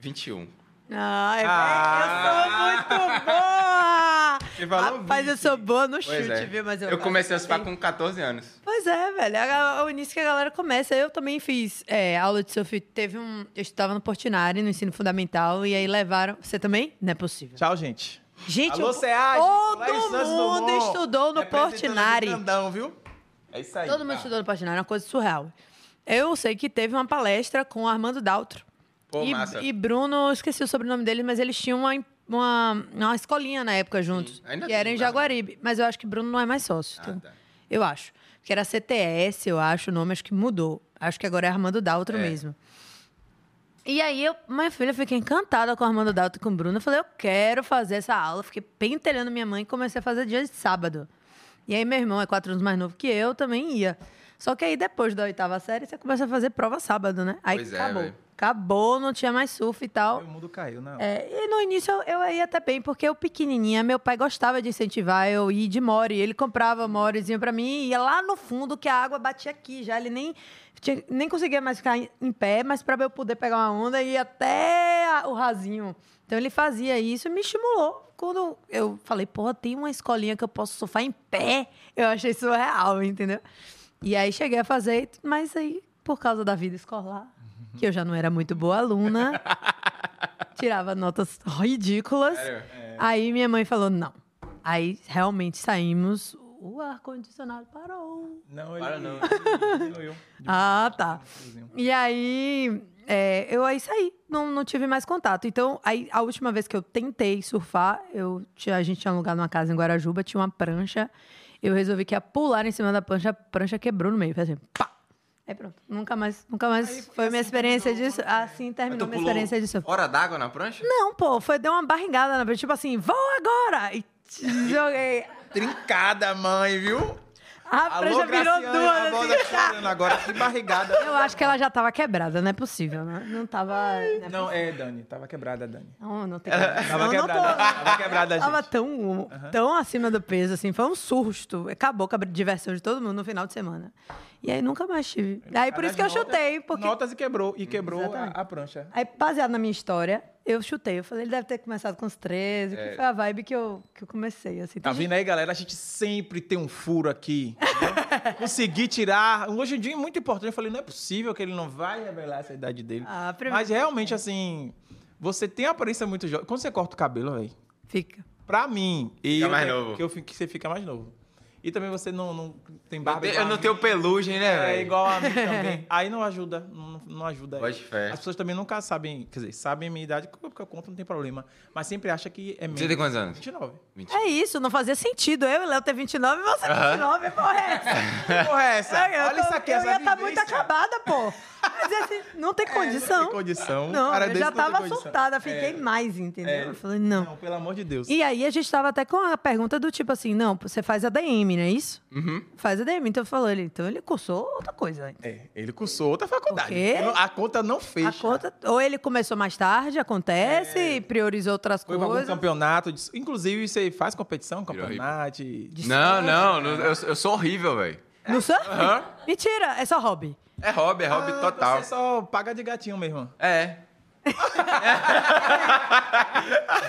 21.
Ah, eu,
Ah.
eu sou muito boa!
Você falou
Rapaz, eu sou boa no
Pois
chute,
é.
viu? Mas eu,
eu comecei a surfar com 14 anos.
Pois é, velho. É a- o início que a galera começa. Eu também fiz é, aula de surf. Teve um. Eu estudava no Portinari, no ensino fundamental, e aí levaram. Você também? Não é possível.
Tchau, gente.
Gente,
Alô,
eu-
SEAD, Colégio
todo
Santos
mundo
Dumont,
estudou no
representando
Portinari.
aqui Grandão, viu? É isso aí.
tá.
Todo mundo estudou no Portinari, é uma coisa surreal. Eu sei que teve uma palestra com o Armando Daltro.
Pô,
e,
massa.
e Bruno, eu esqueci o sobrenome dele, mas eles tinham uma, uma, uma escolinha na época juntos.
ainda
E
tem,
era em
né?
Jaguaribe. Mas eu acho que Bruno não é mais sócio.
Ah, tá.
Eu acho. Porque era CTS, eu acho, o nome acho que mudou. Acho que agora é Armando Daltro
É.
mesmo. E aí, eu, minha filha, eu fiquei encantada com o Armando Daltro e com o Bruno. Eu falei, eu quero fazer essa aula. Fiquei pentelhando minha mãe e comecei a fazer dia de sábado. E aí, meu irmão é quatro anos mais novo que eu, também ia. Só que aí depois da oitava série, você começa a fazer prova sábado, né? Aí
Pois é,
acabou.
velho.
acabou, não tinha mais surf e tal.
O mundo caiu, não.
Então- É, e no início eu, eu ia até bem, porque eu pequenininha, meu pai gostava de incentivar eu ir de more. Ele comprava morezinho pra mim e ia lá no fundo que a água batia aqui já. Ele nem, tinha- nem conseguia mais ficar em em pé, mas pra eu poder pegar uma onda, ia até a- o rasinho. Então ele fazia isso e me estimulou. Quando eu falei, porra, tem uma escolinha que eu posso surfar em pé, eu achei surreal, entendeu? E aí cheguei a fazer, mas aí, por causa da vida escolar, que eu já não era muito boa
[LAUGHS]
aluna, tirava notas ridículas.
É.
Sério?
Aí minha mãe falou: não. Aí realmente saímos, o ar-condicionado parou.
Não, ele...
Para não.
Diminuiu.
Ah, tá.
Diminuiu.
E aí, é, eu aí saí, não, não tive mais contato. Então, aí, a última vez que eu tentei surfar, eu tinha- a gente tinha alugado uma casa em Guarajuba, tinha uma prancha. Eu resolvi que ia pular em cima da prancha, a prancha quebrou no meio. Fez assim, pá! Aí pronto, nunca mais, nunca mais
Aí,
foi minha
assim
experiência
terminou,
disso. Assim terminou minha experiência disso.
Hora d'água na prancha?
Não, pô, foi deu uma barrigada na prancha, tipo assim, vou agora! E [LAUGHS] joguei.
Trincada, mãe, viu?
A prancha virou
Graciane, a
duas.
bola
assim.
tá chorando agora, que barrigada.
Eu acho que ela já tava quebrada, não é possível, né? Não tava. Não, é
Não, é, Dani. Tava quebrada, Dani.
Não, não tem como.
Tava
não,
quebrada,
Não tô,
tava quebrada, gente.
Tava tão, tão acima do peso, assim. Foi um surto. Acabou com a diversão de todo mundo no final de semana. E aí nunca mais tive. Aí é por
Cada
isso que eu
tá nota-
chutei, porque.
Notas e quebrou. E quebrou a,
Exatamente.
a prancha.
Aí, baseado na minha história, eu chutei. Eu falei, ele deve ter começado com os 13, que foi a vibe que eu, que eu comecei, assim.
É. Tá
Tem gente-
vendo aí, galera? A gente sempre tem um furo aqui. entendeu? Consegui tirar. Hoje em dia é muito importante. Eu falei, não é possível que ele não vai revelar essa idade dele.
Ah, primeiro-
Mas realmente, assim, você tem a aparência muito jovem. Quando você corta o cabelo, velho,
Fica.
pra mim... E
Fica
eu- é
mais novo.
Que, eu fico- que você fica mais novo. E também você não, não tem
Eu,
barba
te-
igual
eu
a
não
mim.
tenho pelugem, né,
É
velho?
igual a
[LAUGHS]
mim também. Aí não ajuda, não, não ajuda.
Pode fé.
As pessoas também nunca sabem, quer dizer, sabem a minha idade, porque eu conto, não tem problema. Mas sempre acha que é menos.
Você tem quantos anos?
29.
Mentira.
É isso, não fazia sentido. Eu e Léo ter 29 e você 29, porra é essa?
Que porra é essa?
Eu,
[LAUGHS] Olha
tô-
isso aqui,
eu
essa
ia estar muito
vivência. É,
acabada, pô. Mas assim, não tem
Não
condição.
tem condição.
Não,
Um cara
eu
desse
já
não tem
tava
condição.
surtada, fiquei mais, entendeu?
É.
Eu falei, não.
Não, pelo amor de Deus.
E aí a gente tava até com a pergunta do tipo assim, não, você faz ADM, não é isso?
Uhum.
Faz ADM. Então falou ele, então ele cursou outra coisa. né?"
É, ele cursou outra faculdade.
Por quê?
Eu não- A conta não fecha.
A conta, ou ele começou mais tarde, acontece, e priorizou outras
É. Foi pra algum
coisas.
campeonato. de- Inclusive, você faz competição,
Virou
campeonato.
Não, não, não, eu, eu sou horrível, velho.
No surf?
Aham.
Mentira, é só hobby.
É hobby, é hobby
Ah,
total.
Você só paga de gatinho mesmo.
É.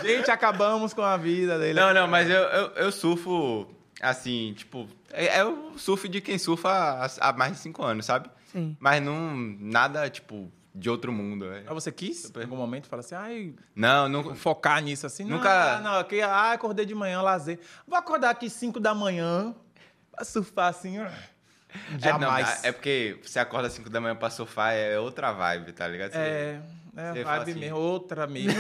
Gente, acabamos com a vida dele.
Não, não, mas eu, eu, eu surfo assim, tipo. É, é o surf de quem surfa há, há mais de cinco anos, sabe?
Sim.
Mas não. Nada, tipo, de outro mundo. é.
Mas você quis, em algum momento, falar assim, ai,
Não, é, não.
focar nisso assim. não,
Nunca-
ah, Não, aqui, ah, acordei de manhã, lazer. Vou acordar aqui 5 da manhã pra surfar assim. ah,
É, não,
Jamais.
dá- é porque você acorda às 5 da manhã pra surfar, é outra vibe, tá ligado? Você-
É, é
Você fala
vibe
assim.
mesmo, outra mesmo.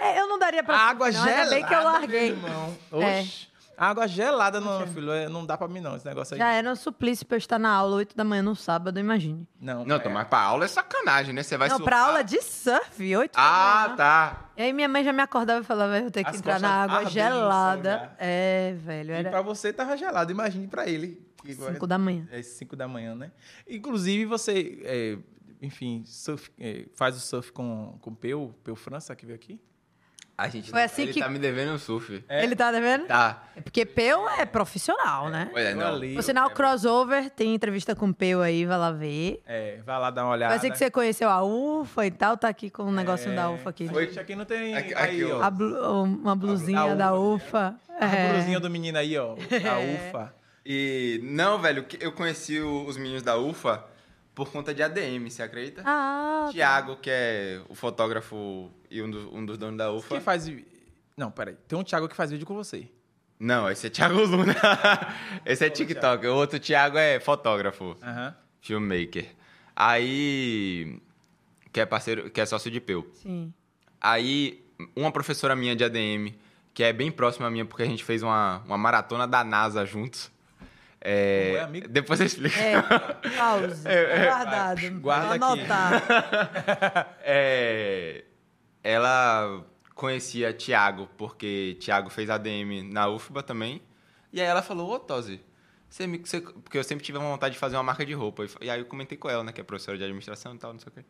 É, eu não daria pra.
Água
não,
gelada.
Ainda bem que eu larguei.
meu irmão.
É.
Oxe. Água gelada, não, meu filho. é, Não dá pra mim, não, esse negócio aí.
Já era um suplício pra eu estar na aula 8 da manhã no sábado, imagine.
Não,
Não,
é.
tô, mas pra aula é sacanagem, né? Você vai
não,
surfar.
pra aula de né? surf, 8 da
Ah,
manhã.
tá.
E aí minha mãe já me acordava e falava, eu vou ter que
As
entrar
costas
na água
ardendo no sol
gelada.
já.
É, velho,
E pra
era
você tava gelado, imagine pra ele.
5 da manhã.
É 5 da manhã, né? Inclusive, você, é, enfim, surf, é, faz o surf com, com o Peu, Peu França, que veio aqui.
A gente
Foi assim
ele
que-
tá me devendo um surf.
É.
Ele tá devendo?
Tá.
É porque Peu é profissional, né?
Pois é,
Eu
não.
ali.
Por sinal, crossover, tem entrevista com Peu aí, vai lá ver.
É, vai lá dar uma olhada.
Vai ser que você conheceu a UFA e tal, tá aqui com o negocinho da UFA aqui.
É, Foi. Gente, aqui não tem.
Aqui-
aí,
aqui,
ó.
A blu- uma blusinha
A
da UFA.
Ufa.
É.
A blusinha do menino aí, ó.
[LAUGHS]
A ufa.
E não, velho, que- eu conheci o- os meninos da UFA por conta de ADM, você acredita?
Ah, tá.
Tiago, que é o fotógrafo e um, do- um dos donos da UFA.
Quem faz. vi- Não, peraí. Tem um Thiago que faz vídeo com você.
Não, esse é Thiago Luna. [LAUGHS] esse é TikTok. O outro Thiago é fotógrafo,
Aham.
filmmaker. Aí. Que é parceiro, que é sócio de Peu.
Sim.
Aí, uma professora minha de ADM, que é bem próxima à minha, porque a gente fez uma, uma maratona da NASA juntos. É,
Como é, amigo?
Depois eu explico.
É, pause. guardado.
É, guarda
Vou
aqui.
anotar.
É, ela conhecia Thiago, porque Thiago fez ADM na UFBA também. E aí ela falou, ô Tosi, Você me, você- porque eu sempre tive uma vontade de fazer uma marca de roupa. E fa- E aí eu comentei com ela, né? Que é professora de administração e tal, não sei o quê.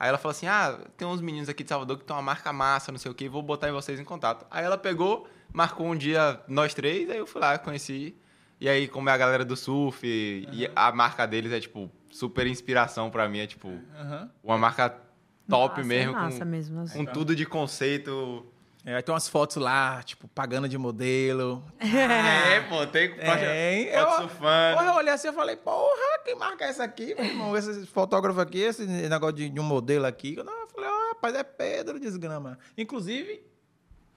Aí ela falou assim: Ah, tem uns meninos aqui de Salvador que tem uma marca massa, não sei o quê, vou botar em vocês em contato. Aí ela pegou, marcou um dia nós três, aí eu fui lá, conheci. E aí, como é a galera do surf, e- e a marca deles é, tipo, super inspiração pra mim. É, tipo,
Aham.
uma marca top
Massa,
mesmo,
É massa
com,
mesmo. assim.
com tudo de conceito.
É, aí tem umas fotos lá, tipo, pagando de modelo.
É, pô, tem foto-
hein?
foto né?
Eu-
surfando.
Olha, eu olhei assim e falei, porra, quem marca essa aqui, meu irmão? Esse fotógrafo aqui, esse negócio de, de um modelo aqui. Eu não, eu falei, ah, rapaz, é Pedro Desgrama. Inclusive,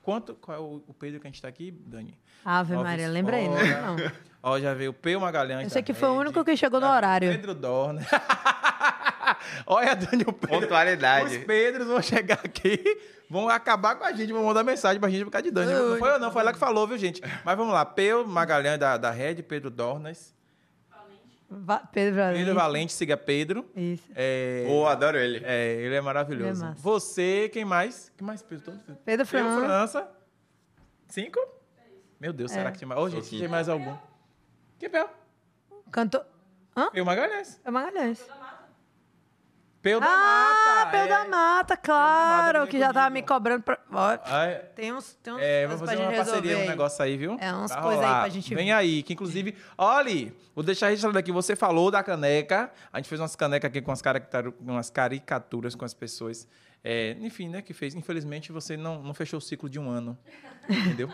quanto. Qual é o, o Pedro que a gente tá aqui, Dani?
Ave
Alves
Maria, lembra aí, né?
Fora.
Não.
Ó, já veio o Peu Magalhães.
Eu
da
sei que foi o
Rede,
único que chegou no
tá?
horário.
Pedro Dorner. [LAUGHS] Olha, Dani, o Pedro. Os
Pontualidade.
Pedros vão chegar aqui, vão acabar com a gente, vão mandar mensagem pra gente por causa de Dani. Não foi eu, não, foi ela que falou, viu, gente? Mas vamos lá. Peu Magalhães da, da Red, Pedro Dornas.
Va- Pedro Valente.
Pedro Valente, siga Pedro.
Isso.
É,
Pô, adoro ele.
é, ele é maravilhoso.
Ele é massa.
Você, quem mais? Quem mais? Pedro, todo-
Pedro
Pedro
Fran.
França. Cinco? Meu Deus,
É.
será que tem mais? Ô, gente,
Soquinho.
tem mais algum? Que Peu?
Cantor. Hã?
Peu Magalhães.
É Magalhães.
Peu da
Ah,
Mata.
Pedro da
Ah, é.
Mata,
Mata
claro,
veio
que já tava
comigo.
me cobrando pra... Ó,
Ai,
Tem uns, tem uns coisas
É,
pra
vamos fazer uma
gente
parceria,
resolver
um
aí.
negócio aí, viu?
É, umas
Vai
coisas aí
rolar.
pra gente
Vem
ver.
aí, que inclusive, olhe, vou deixar registrado aqui, você falou da caneca, a gente fez umas canecas aqui com umas, caractaru- umas caricaturas com as pessoas, É, enfim, né, que fez. Infelizmente, você não, não fechou o ciclo de um ano,
[LAUGHS]
entendeu?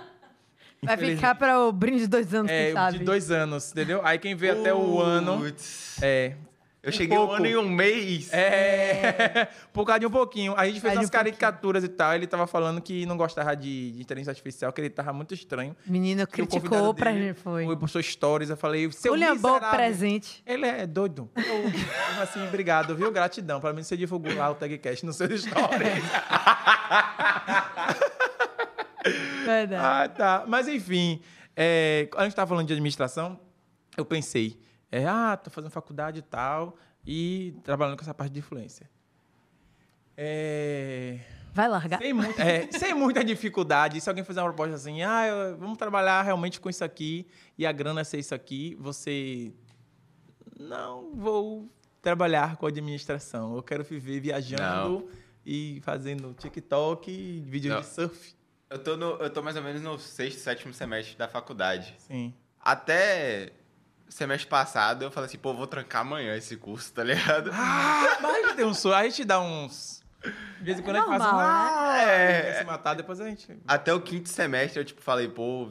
Vai ficar pra o brinde de dois anos,
É,
quem sabe.
de dois anos, entendeu? Aí quem vê até o ano,
Putz.
é,
Eu
um
cheguei um
pouco.
ano e um mês.
É, [LAUGHS] por causa de um pouquinho. Aí a gente fez
Por causa de um
umas caricaturas e tal, ele tava falando que não gostava de, de inteligência artificial, que ele tava muito estranho.
Menino
que o
criticou
convidado
pra
dele
gente, foi.
postou stories, eu falei, seu
William Bob
miserável.
presente.
Ele é doido. Eu, eu assim, obrigado, viu? Gratidão. Pra mim, você divulgou lá o Tagcast nos seus stories.
Verdade.
ah, tá. Mas, enfim, é, quando a gente tava falando de administração, eu pensei, é, ah, tô fazendo faculdade e tal, e trabalhando com essa parte de influência. É...
Vai largar.
Sem, mu- é, sem muita dificuldade. Se alguém fizer uma proposta assim, ah, eu- vamos trabalhar realmente com isso aqui e a grana é ser isso aqui, você. Não vou trabalhar com administração. Eu quero viver viajando e fazendo TikTok e vídeos
Não.
de surf.
Eu, tô no, eu tô mais ou menos no sexto, sétimo semestre da faculdade.
Sim.
Até semestre passado, eu falei assim, pô, vou trancar amanhã esse curso, tá ligado?
Ah, mas a gente tem um sonho. Aí a gente dá uns. De vez em quando a gente faz um.
normal, né?
Ah,
É.
é. Se matar, depois a gente.
Até o quinto semestre, eu tipo, falei, pô,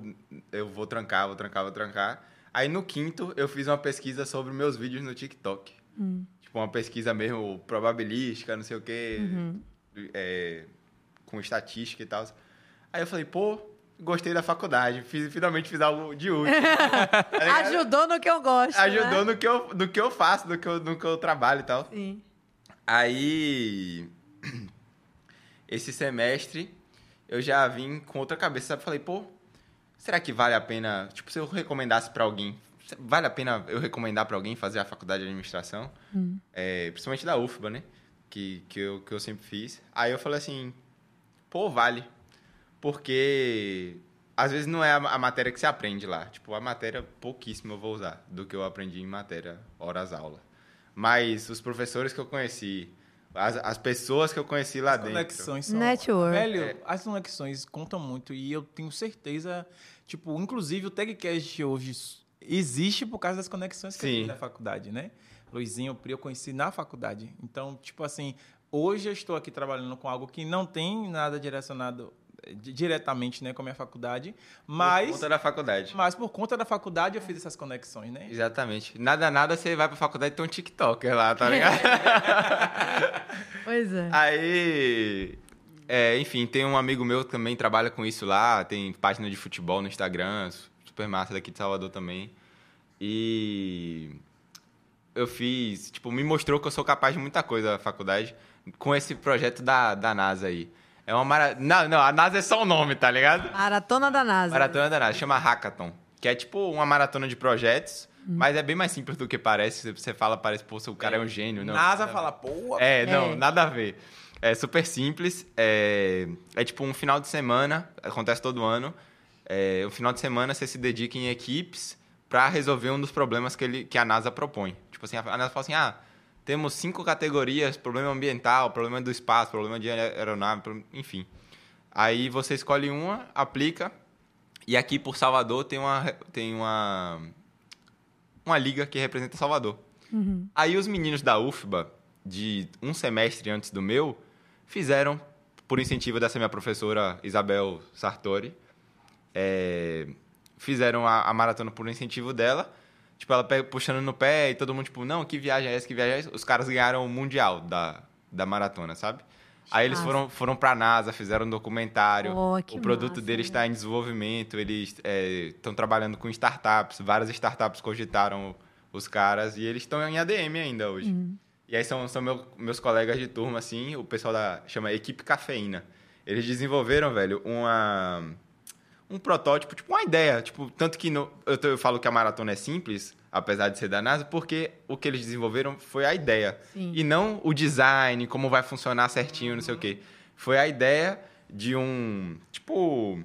eu vou trancar, vou trancar, vou trancar. Aí no quinto, eu fiz uma pesquisa sobre meus vídeos no TikTok. Tipo, uma pesquisa mesmo probabilística, não sei o quê,
Uhum. Hum.
é, com estatística e tal. Aí eu falei, pô, gostei da faculdade, fiz- finalmente fiz algo de útil. Tá ligado?
Ajudou no que eu gosto,
Ajudou
né?
no que, eu, no que eu faço, no que eu, no que eu trabalho e tal.
Sim.
Aí, esse semestre, eu já vim com outra cabeça. Sabe? Falei, pô, será que vale a pena? Tipo, se eu recomendasse pra alguém, vale a pena eu recomendar pra alguém fazer a faculdade de administração? É, principalmente da UFBA, né? Que, que, eu, que eu sempre fiz. Aí eu falei assim, pô, vale. Porque às vezes não é a, a matéria que você aprende lá. Tipo, a matéria pouquíssima eu vou usar do que eu aprendi em matéria horas aula. Mas os professores que eu conheci, as, as pessoas que eu conheci lá dentro. É.
Conexões são.
Network.
Velho, as conexões contam muito e eu tenho certeza, tipo, inclusive o Tagcast hoje s- existe por causa das conexões que eu
Sim.
fiz na faculdade, né? Luizinho, o Pri, eu conheci na faculdade. Então, tipo assim, hoje eu estou aqui trabalhando com algo que não tem nada direcionado eh, di- diretamente, né, com a minha faculdade,
Por
mas
conta da faculdade.
mas por conta da faculdade eu fiz essas conexões, né?
Exatamente. Nada, nada, você vai pra faculdade e tem um TikToker lá, tá ligado? [LAUGHS]
Pois
Ah.
é.
Aí, é, enfim, tem um amigo meu que também trabalha com isso lá, tem página de futebol no Instagram, super massa daqui de Salvador também. E eu fiz, tipo, me mostrou que eu sou capaz de muita coisa na faculdade com esse projeto da, da NASA aí. É uma mara... Não, não, a NASA é só o nome, tá ligado?
Maratona da NASA.
Maratona da NASA, chama Hackathon. Que é tipo uma maratona de projetos, mas é bem mais simples do que parece. Você fala, parece, pô, o cara é um gênio. Não,
NASA fala, pô,
é, não,
É.
nada a ver. É super simples. É, é tipo um final de semana, acontece todo ano. É, um final de semana você se dedica em equipes para resolver um dos problemas que, ele, que a NASA propõe. Tipo assim, a NASA fala assim, ah, temos cinco categorias, problema ambiental, problema do espaço, problema de aeronave, pro- enfim. Aí você escolhe uma, aplica, e aqui por Salvador tem uma, tem uma, uma liga que representa Salvador. Aí os meninos da UFBA, de um semestre antes do meu, fizeram, por incentivo dessa minha professora Isabel Sartori, é, fizeram a, a maratona por incentivo dela. Tipo, ela pe- puxando no pé e todo mundo, tipo, não, que viagem é essa, que viagem é essa? Os caras ganharam o mundial da, da maratona, sabe? Aí eles
Massa.
foram, foram pra NASA, fizeram um documentário.
Oh, que
o produto
massa,
deles está em desenvolvimento, eles estão trabalhando com startups, várias startups cogitaram os caras e eles estão em ADM ainda hoje.
Hum.
E aí são, são meu- meus colegas de turma, assim, o pessoal da. chama Equipe Cafeína. Eles desenvolveram, velho, uma. Um protótipo, tipo, uma ideia. Tipo, tanto que no- eu, tô- eu falo que a maratona é simples, apesar de ser da NASA, porque o que eles desenvolveram foi a ideia.
Sim.
E não o design, como vai funcionar certinho, não sei o quê. Foi a ideia de um. Tipo.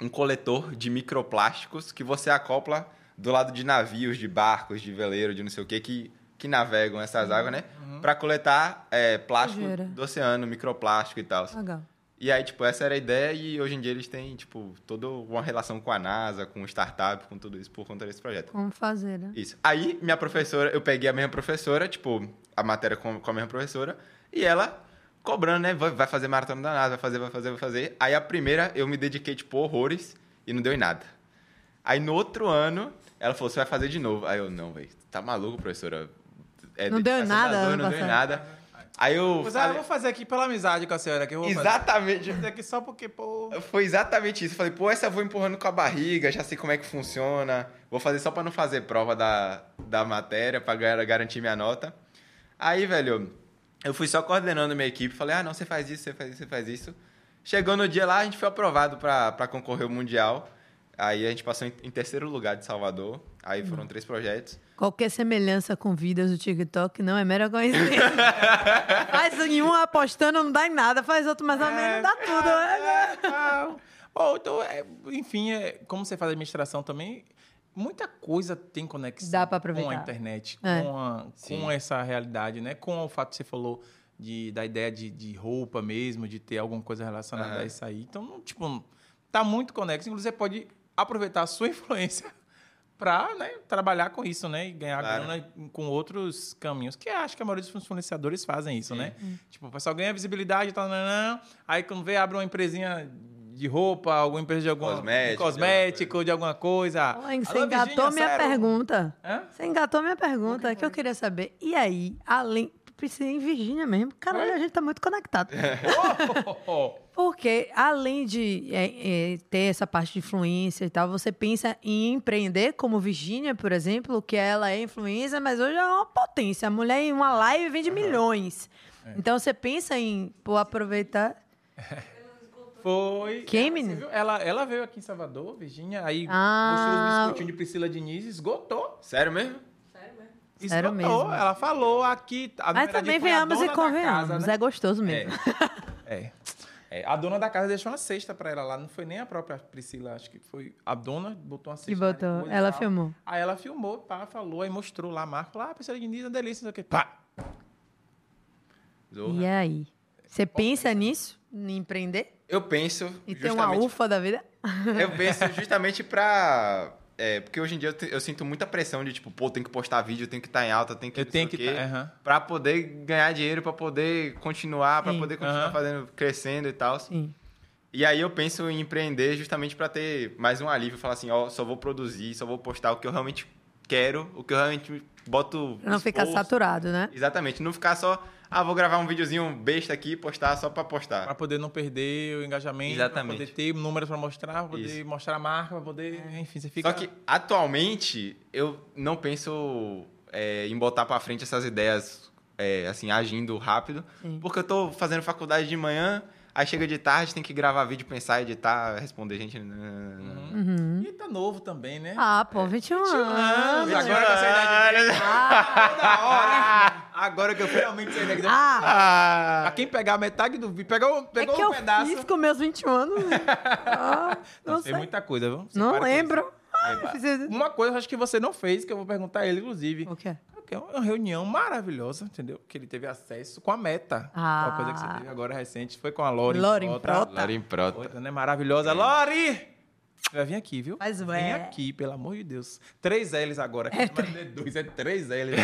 Um coletor de microplásticos que você acopla do lado de navios, de barcos, de veleiro, de não sei o quê, que, que navegam essas águas, né? Pra coletar é, plástico
Sujeira.
do oceano, microplástico e tal.
Legal.
E aí, tipo, essa era a ideia e hoje em dia eles têm, tipo, toda uma relação com a NASA, com startup, com tudo isso por conta desse projeto.
Como fazer, né?
Isso. Aí, minha professora, eu peguei a mesma professora, tipo, a matéria com, com a mesma professora, e ela cobrando, né? Vai, vai fazer maratona da NASA, vai fazer, vai fazer, vai fazer. Aí, a primeira, eu me dediquei, tipo, horrores e não deu em nada. Aí, no outro ano, ela falou, você vai fazer de novo. Aí eu, não, velho, tá maluco, professora? É
Não deu em
dedicação
nada,
das duas,
ano
Não deu em
passado.
nada. Aí eu.
Mas, ah, eu
falei,
vou fazer aqui pela amizade com a senhora, que eu vou fazer.
exatamente.
Fazer aqui só porque, pô...
Foi exatamente isso. Eu falei, pô, essa eu vou empurrando com a barriga, já sei como é que funciona. Vou fazer só pra não fazer prova da, da matéria, pra gar- garantir minha nota. Aí, velho, eu fui só coordenando minha equipe. Falei, ah, não, você faz isso, você faz isso, você faz isso. Chegou no dia lá, a gente foi aprovado pra pra concorrer ao Mundial. Aí a gente passou em, em terceiro lugar de Salvador. Aí
Hum.
foram três projetos.
Qualquer semelhança com vidas do TikTok não é mera
[LAUGHS]
coincidência. faz nenhum apostando, não dá em nada. Faz outro mais ou
É.
menos, dá tudo. né?
Ah, [LAUGHS] Bom, então, é, enfim, é, como você faz administração também, muita coisa tem conexão
Dá pra aproveitar.
com a internet,
É.
com, a- com essa realidade, né? Com o fato que você falou de, da ideia de, de roupa mesmo, de ter alguma coisa relacionada
Aham.
a isso aí. Então, não, tipo, tá muito conexo. Inclusive, você pode aproveitar a sua [LAUGHS] influência para trabalhar com isso, né? E ganhar
Claro.
grana com outros caminhos, que acho que a maioria dos influenciadores fazem isso, né?
Uhum.
Tipo, o pessoal ganha visibilidade e tal, nananã, aí quando vê, abre uma empresinha de roupa, alguma empresa de algum
Cosmético,
de cosmético, de alguma
Ah.
coisa.
Ô, hein, Você
Alô, Virgínia,
engatou minha
sério?
pergunta.
Hã? [LAUGHS]
Você engatou minha pergunta, que eu queria saber. E aí, além. Precisa em Virgínia mesmo. Caralho, a gente tá muito conectado.
Oh, oh, oh.
Porque, além de é, é, ter essa parte de influência e tal, você pensa em empreender, como Virgínia, por exemplo, que ela é influência, mas hoje é uma potência. A mulher em uma live vende milhões.
É.
Então, você pensa em pô, aproveitar.
Foi.
Quem,
Ela-
menino?
você viu? Ela, ela veio aqui em Salvador, Virgínia, aí
Ah.
mostrou os biscoitinhos de Priscila Diniz, esgotou.
Sério mesmo?
Sério
Esgotou.
mesmo.
Ela falou aqui. A
Mas
Vera
também
foi a
venhamos
dona
e
da
convenhamos. né?
casa, né?
É gostoso mesmo.
É. É, a dona da casa deixou uma cesta pra ela lá, não foi nem a própria Priscila, acho que foi a dona botou uma cesta.
Que
lá
botou.
depois e
Ela
tal.
filmou.
Aí ela filmou, pá, falou, aí mostrou lá a marca, lá, ah, Priscila Diniz, uma delícia, não sei o quê, pá.
Zorra.
E aí? Você
é
pensa nisso? Em empreender?
Eu penso.
E ter uma
justamente
ufa da vida?
Eu penso justamente pra. é, porque hoje em dia eu, te- eu sinto muita pressão de tipo, pô, tem que postar vídeo, tem que estar em alta, tem que.
Eu
não
tenho
sei o
que
quê,
tá- aham.
Pra poder ganhar dinheiro, pra poder continuar, pra
Sim.
poder continuar
Aham.
fazendo, crescendo e tal.
Sim.
E aí eu penso em empreender justamente pra ter mais um alívio, falar assim, ó, só vou produzir, só vou postar o que eu realmente quero, o que eu realmente boto.
Pra não ficar
esforço.
saturado, né?
Exatamente, não ficar só, ah, vou gravar um videozinho besta aqui e postar só pra postar.
Pra poder não perder o engajamento,
Exatamente.
pra poder ter números pra mostrar, pra poder
Isso.
mostrar a marca, pra poder,
É.
enfim, você fica...
Só que, atualmente, eu não penso é, em botar pra frente essas ideias, é, assim, agindo rápido.
Sim.
Porque eu tô fazendo faculdade de manhã, aí chega de tarde, tem que gravar vídeo, pensar, editar, responder gente...
Uhum. E tá novo também, né?
Ah, pô, 21 anos.
anos, agora tá
tá
com essa idade dele. Toda hora, [LAUGHS] agora que eu finalmente saí daqui. [LAUGHS]
Ah,
Ah!
Pra quem pegar metade do vídeo, pegou, pegou
é que
um
eu
pedaço... [LAUGHS]
fiz com meus 21 anos. Ah, não
tem
sei.
muita coisa, viu? Você
Não
para com isso.
lembro. Eu preciso-
Uma coisa eu acho que você não fez, que eu vou perguntar a ele, inclusive.
O quê?
Que é uma reunião maravilhosa, entendeu? Que ele teve acesso com a meta.
Ah.
Uma coisa que você teve agora recente foi com a Lori.
Lauren Prota.
Lara em prota.
Coisa, né? Maravilhosa. Lori! Vai vir aqui, viu?
Faz o
Vem
é.
aqui, pelo amor de Deus. Três L's agora. É, mas não é dois, é três L's.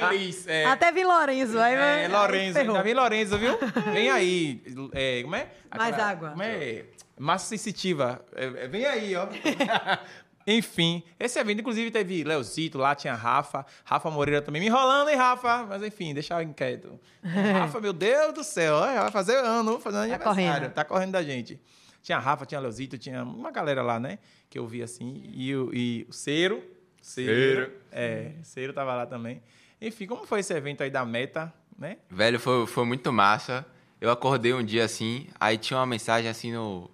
Lori Liz, é.
Até vi Lourenço. Aí,
É,
vai-
Lorenzo,
ferrou.
ainda vem Lorenzo, viu? Vem aí. É, como é?
Mais água.
Como é? Massa sensitiva. É, é, vem aí, ó. [LAUGHS] enfim, esse evento, inclusive, teve Leozito, lá tinha Rafa. Rafa Moreira também me enrolando, hein, Rafa? Mas enfim,
[LAUGHS]
deixa inquieto. Rafa, meu Deus do céu, ó, vai fazer ano, fazendo aniversário.
correndo.
Tá correndo da gente. Tinha Rafa, tinha Leozito, tinha uma galera lá, né? Que eu vi assim. E, o- e o Cero. Cero.
Cero.
É, Cero tava lá também. Enfim, como foi esse evento aí da Meta, né?
Velho, foi, foi muito massa. Eu acordei um dia assim, aí tinha uma mensagem assim no.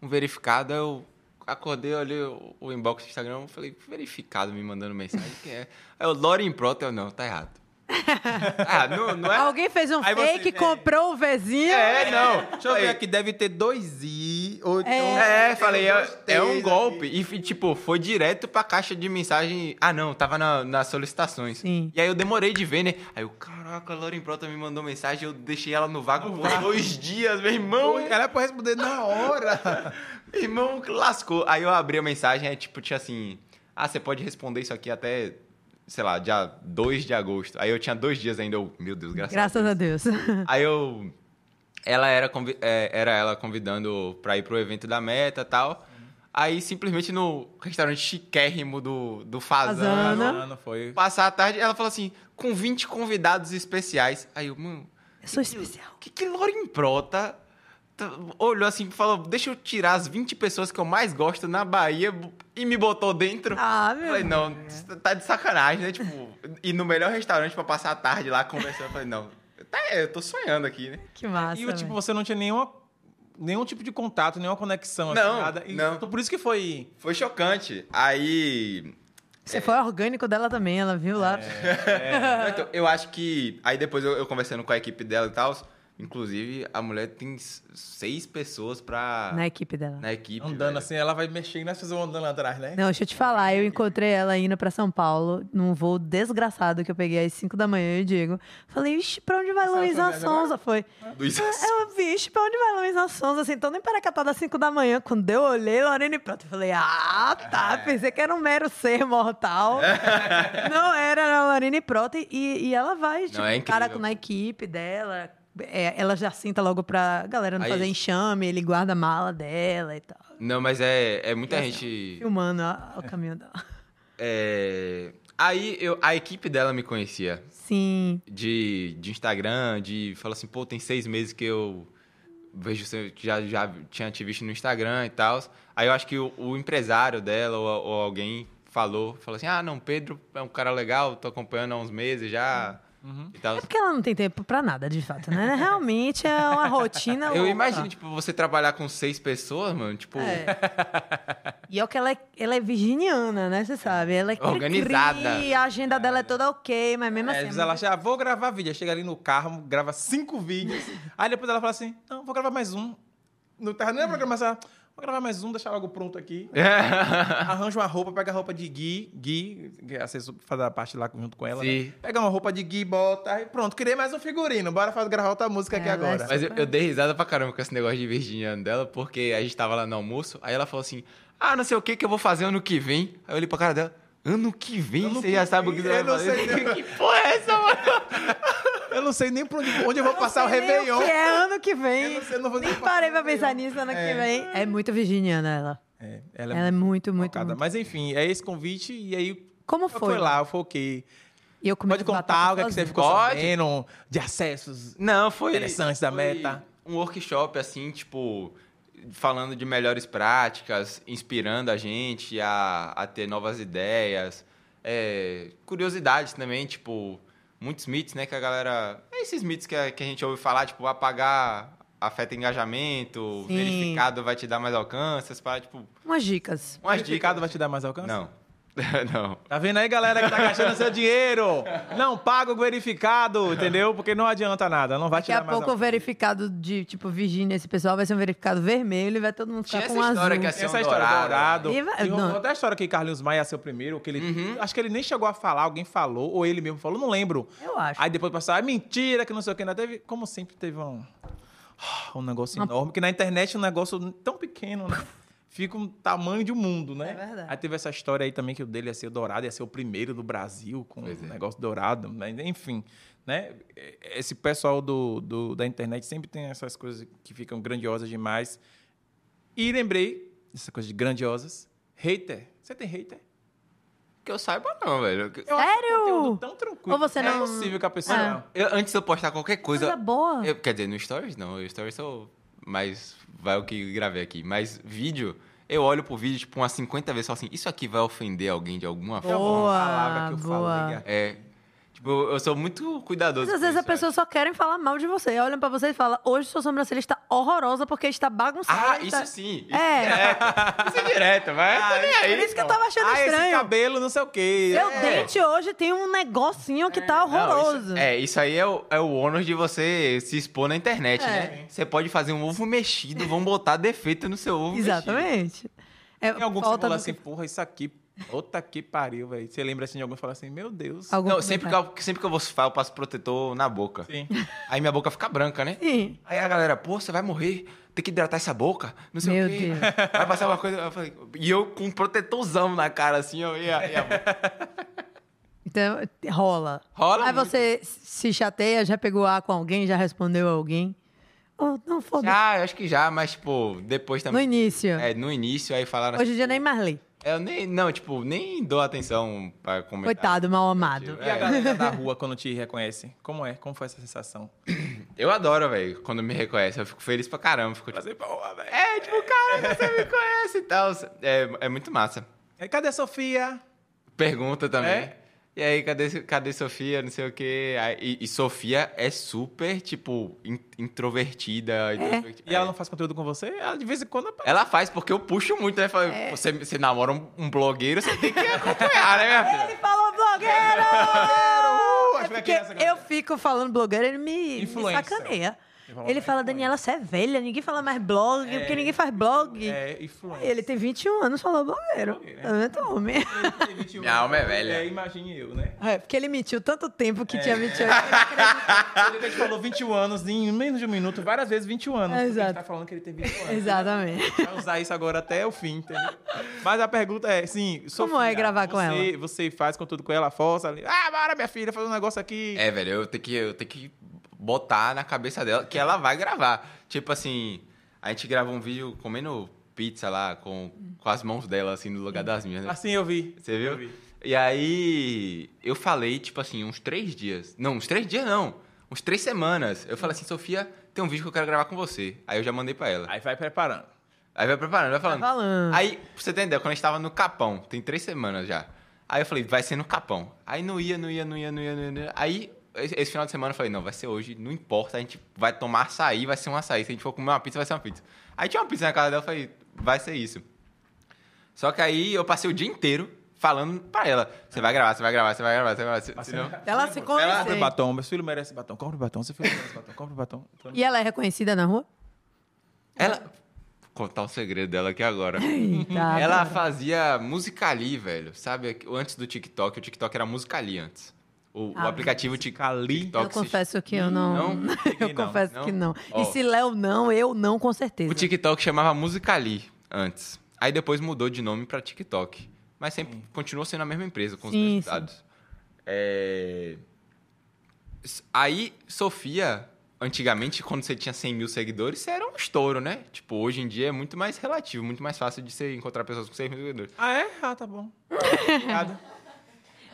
Um verificado, eu acordei, olhei o, o inbox do Instagram, eu falei, verificado me mandando mensagem, que é? Aí o Lore em Prota, eu não, tá errado. Tá errado, não, não é?
Alguém fez um
Aí você-
fake,
é.
comprou o vizinho.
É, não. Deixa eu
Aí.
ver aqui, deve ter dois i. Ou,
[LAUGHS] É,
é,
falei, é, é um
gol.
golpe. E, fi- tipo, foi direto pra caixa de mensagem. Ah, não, tava na- nas solicitações.
Sim.
E aí eu demorei de ver, né? Aí eu, caraca, a Lauren Prota me mandou mensagem, eu deixei ela no vago por dois dias, meu irmão.
Ela é pra responder na hora.
Meu [LAUGHS] irmão lascou. Aí eu abri a mensagem, é tipo, tinha assim. Ah, você pode responder isso aqui até, sei lá, dia 2 de agosto. Aí eu tinha dois dias ainda, eu, meu Deus, graças,
Graças a Deus. [LAUGHS]
Aí eu. Ela era, convi- é, era ela convidando pra ir pro evento da meta e tal. Aí simplesmente no restaurante chiquérrimo do, do Fazano.
Fazano.
Não, não foi.
Passar a tarde, ela falou assim: com 20 convidados especiais. Aí eu, mano,
Eu sou especial.
o que que Lauren Prota tá- olhou assim e falou: deixa eu tirar as 20 pessoas que eu mais gosto na Bahia e me botou dentro?
Ah,
Eu
meu.
Falei, não, tá de sacanagem, né? Tipo, ir no melhor restaurante pra passar a tarde lá conversando. Eu falei, não, tá, eu tô sonhando aqui, né?
Que massa.
E o tipo,
velho.
você não tinha nenhuma, nenhum tipo de contato, nenhuma conexão, assim,
Não,
nada. E
não.
então, por isso que
[LAUGHS]
foi.
Foi chocante. Aí.
Você foi orgânico dela também, ela viu lá.
É.
Não, então, eu acho que. Aí depois eu, eu conversando com a equipe dela e tal. Inclusive, a mulher tem s- seis pessoas
Ah.
pra.
Na equipe dela.
na equipe.
Andando
velho.
assim, ela vai mexendo, nós fizemos andando lá atrás, né?
Não, deixa eu te falar, eu encontrei ela indo pra São Paulo, num voo desgraçado que eu peguei às 5 da manhã, eu e o Diego. Falei, ixi, pra onde vai
Sabe
Luísa
qual é a
Sonza? Foi. [LAUGHS]
Luísa
Eu, vixe, pra onde vai Luísa Sonza? Assim, tô nem paracatado às 5 da manhã. Quando eu olhei, Lorena e pronto. Eu falei, ah, tá.
É.
Pensei que era um mero ser mortal. [LAUGHS] não era, era a Lorena e pronto. E, e ela vai, tipo,
é incrível.
cara na equipe dela. é, ela já sinta logo pra galera não
Aí-
fazer enxame, ele guarda a mala dela e tal.
Não, mas é, é muita gente.
Filmando a- o caminho dela.
é, Aí eu, a equipe dela me conhecia.
Sim.
de, de Instagram, de falar assim, pô, tem seis meses que eu vejo você, que já, já tinha te visto no Instagram e tal. Aí eu acho que o, o empresário dela ou, ou alguém falou, falou assim, ah, não, Pedro é um cara legal, tô acompanhando há uns meses já e tal.
É porque ela não tem tempo pra nada, de fato, né? Realmente é Ah. uma rotina.
Eu
louca.
imagino, tipo, você trabalhar com seis pessoas, mano, tipo,
É. E é o que ela é, ela é virginiana, né? Você sabe? Ela é cri-cri,
Organizada.
a agenda dela é toda ok, mas mesmo
É, às
assim.
vezes
é
ela
muito-
já vou gravar vídeo. Aí Chega ali no carro, grava cinco
[LAUGHS]
vídeos. aí depois ela fala assim: não, vou gravar mais um. Não tava nem na programação. ela, Vou gravar mais um, deixar logo
[LAUGHS]
pronto aqui.
É.
[LAUGHS]
[LAUGHS] Arranja uma roupa, pega a roupa de Gui. Gui, que é assessor, faz a parte lá junto com ela.
Sim.
né? Pega uma roupa de Gui, bota. aí pronto, criei mais um figurino. Bora fazer, gravar outra música aqui
Ela é
agora.
Mas eu, eu dei risada pra caramba com esse negócio de virginiano dela, porque a gente tava lá no almoço, aí ela falou assim, ah, não sei o que que eu vou fazer ano que vem. Aí eu olhei pra cara dela, ano que vem?
Ano
você
que
já sabe o que
vem,
você
eu não
vai fazer?
sei, não.
[LAUGHS] que porra é essa, mano?
Eu não sei nem pra onde, onde eu vou passar o
Sei nem
Réveillon.
que é ano que vem.
Eu não sei, eu não vou nem
Nem
passar
parei
o
pra pensar
Réveillon.
nisso ano
É.
que vem. É muito virginiana ela.
É,
Ela é muito, muito.
focada.
muito.
Mas enfim, é esse convite e aí.
Como
eu
foi?
fui lá, eu foquei.
E eu comi
Pode contar o que, é que você ficou
Pode.
sabendo de acessos.
Não, foi...
Interessantes da
foi
meta.
um workshop, assim, tipo, falando de melhores práticas, inspirando a gente a, a ter novas ideias, é, curiosidades também, tipo, muitos mitos, né, que a galera... é Esses mitos que a, que a gente ouve falar, tipo, apagar afeta engajamento,
Sim.
verificado vai te dar mais alcance, para tipo,
Umas dicas.
umas
Mas
dicas...
vai te dar mais alcance?
Não. [LAUGHS] não.
Tá vendo aí, galera, que tá gastando seu dinheiro? Não paga o verificado, entendeu? Porque não adianta nada, não vai
Daqui
tirar
a
mais
pouco o verificado de, tipo, Virgínia, esse pessoal vai ser um verificado vermelho e vai todo mundo ficar
Tinha
com
essa
um
história
azul.
que ia ser
Essa
um
é a história do
dourado.
Dourado.
E vai-
E
não.
Até a história que Carlinhos Maia ia ser o primeiro, que ele. Acho que ele nem chegou a falar, alguém falou, ou ele mesmo falou, não lembro.
Eu acho.
Aí depois passou, ah, mentira, que não sei o que. Ainda teve, como sempre, teve um. Um negócio enorme, que na internet é um negócio tão pequeno, né? Fica um tamanho de um mundo, né?
É verdade.
Aí teve essa história aí também que o dele ia ser o dourado, ia ser o primeiro do Brasil com o
Pois é.
negócio dourado, né? enfim, né? Esse pessoal do, do- da internet sempre tem essas coisas que ficam grandiosas demais. E lembrei dessa coisa de grandiosas. Hater. Você tem hater?
Que eu saiba, não.
Não, velho.
Eu acho
Sério?
um conteúdo tão tranquilo.
Ou você
é
não-
possível que a pessoa...
Ah.
não.
Eu- antes de eu postar qualquer coisa.
Coisa boa.
eu- quer dizer, no Stories não. O Stories eu. Mas vai o que gravei aqui. Mas vídeo, eu olho pro vídeo, tipo, umas 50 vezes só assim. Isso aqui vai ofender alguém de
Oh.
alguma
É uma
forma.
Boa,
palavra que eu falo,
boa.
Liga.
É. Tipo, eu eu sou muito cuidadoso.
Mas às
com
vezes a
isso, é. eu
pessoa só querem falar mal de você. Olham pra você e falam, hoje sua sobrancelha está horrorosa porque está
acho.
bagunçada.
Ah, isso
está...
sim. Isso
É.
direto. Isso é direto, vai. tá nem aí.
Por Ah, isso que eu tava achando
ah, esse
estranho.
cabelo, não sei o quê.
Seu
É.
dente hoje tem um negocinho que tá
É. Não,
horroroso.
isso- é, isso aí é o, é o ônus de você se expor na internet,
É.
né? Você pode fazer um ovo mexido, vão botar defeito no seu ovo mexido.
Exatamente. É,
Tem algum que você
falta
fala
do-
assim, porra, isso aqui, puta que pariu, velho. Você lembra assim de alguém que fala assim, meu Deus.
Algum
Não, sempre que, eu, sempre que eu vou falar, eu passo protetor na boca.
[LAUGHS]
Sim.
Aí minha boca fica branca, né?
Sim.
Aí a galera, pô, você vai morrer, tem que hidratar essa boca, não sei
Meu
o quê.
Deus.
[LAUGHS] Vai passar alguma coisa. Eu falei, e eu com um protetorzão na cara, assim, ó, e
[LAUGHS]
a, e a boca.
Então, rola.
Rola
Aí
muito.
você se chateia, já pegou A com alguém, já respondeu a alguém. Oh, não, foda
Já, Ah, eu acho que já, mas, tipo, depois
No
também.
início.
É, no início, aí falaram
Hoje em
assim,
dia nem mais lê.
Eu nem, não, tipo, nem dou atenção pra comentar.
Coitado, mal amado.
E a galera da rua quando te reconhece? Como é? Como foi essa sensação?
Eu adoro, velho, quando me reconhece. Eu fico feliz pra caramba. Fico, tipo,
Fazer porra, velho.
é, tipo, cara, você me conhece e tal. É, é muito massa.
Aí, Cadê a Sofia?
Pergunta também.
É?
E aí, cadê, cadê Sofia? Não sei o quê. Aí, e, e Sofia é super, tipo, in- introvertida. introvertida.
É. E ela não faz conteúdo com você? Ela de vez em quando aparece.
Ela faz porque eu puxo muito, né? Fala,
É.
Você, você namora um, um blogueiro, você tem que acompanhar, né, minha filha?
[LAUGHS]
Ele falou blogueiro!
Acho que vai criar essa
É porque
galera.
eu fico falando blogueiro, ele me, me
Influencer.
sacaneia.
Ele fala,
Ele fala,
influencer.
Daniela, você é velha, ninguém fala mais blog, porque ninguém faz blog.
É, influência.
Ele tem 21 anos, falou blogueiro.
Blogueiro, é.
Eu não tô homem. [LAUGHS]
Minha alma é velha.
É, imagine eu, né?
É, porque ele mentiu tanto tempo que tinha 21 anos.
Ele que falou 21 anos em menos de um minuto, várias vezes 21 anos.
É,
porque A
exato.
gente tá falando que ele tem 21 anos.
Exatamente.
Vai usar isso agora até o fim, entendeu? Mas a pergunta é, sim, Sofia,
é gravar com
você- Você faz conteúdo com ela, força ali. Ah, bora, minha filha, fazer um negócio aqui.
É, velho, eu tenho que, eu tenho que botar na cabeça dela que ela vai gravar. Tipo assim, a gente gravou um vídeo comendo pizza lá com, com as mãos dela, assim, no lugar das minhas. Né?
Assim eu vi.
Você viu?
Eu vi.
E aí eu falei, tipo assim, uns três dias. Não, uns três dias não. Uns três semanas. Eu falei assim, Sofia, tem um vídeo que eu quero gravar com você. Aí eu já mandei pra ela.
Aí vai preparando.
Aí vai preparando, vai falando.
Vai falando.
Aí, pra você entender, quando a gente tava no Capão, tem três semanas já. Aí eu falei, vai ser no Capão. Aí não ia, não ia, não ia, não ia, não ia. Não ia. Aí, esse esse final de semana eu falei, não, vai ser hoje, não importa, a gente vai tomar açaí, vai ser um açaí. Se a gente for comer uma pizza, vai ser uma pizza. Aí tinha uma pizza na casa dela, eu falei, vai ser isso. Só que aí eu passei o dia inteiro falando pra ela, você vai gravar, você vai gravar, você vai gravar, você vai gravar. Se- senão-
Ela se
Compre
conheceu.
batom, meu filho merece batom. Compre batom, seu filho merece batom. Compre batom.
E ela é reconhecida na rua?
Ela... Vou Contar o segredo dela aqui agora.
Eita.
Ela é fazia Musicali, velho. Sabe, antes do TikTok, o TikTok era Musicali antes. O, o
Ah,
aplicativo
Musicali.
TikTok.
Eu
se-
confesso que eu não. [LAUGHS]
Não?
eu confesso
não.
que não.
Ó.
E se Léo não, eu não, com
O
certeza.
TikTok chamava Musicali antes. Aí depois mudou de nome pra TikTok. Mas sempre continuou sendo a mesma empresa,
Sim,
com os
sim.
mesmos dados. É... S- Aí, Sofia, antigamente, quando você tinha 100 mil seguidores, você era um estouro, né? Tipo, hoje em dia é muito mais relativo, muito mais fácil de você encontrar pessoas com 100 mil seguidores.
Ah, é? Ah, tá bom.
[LAUGHS]
Obrigado.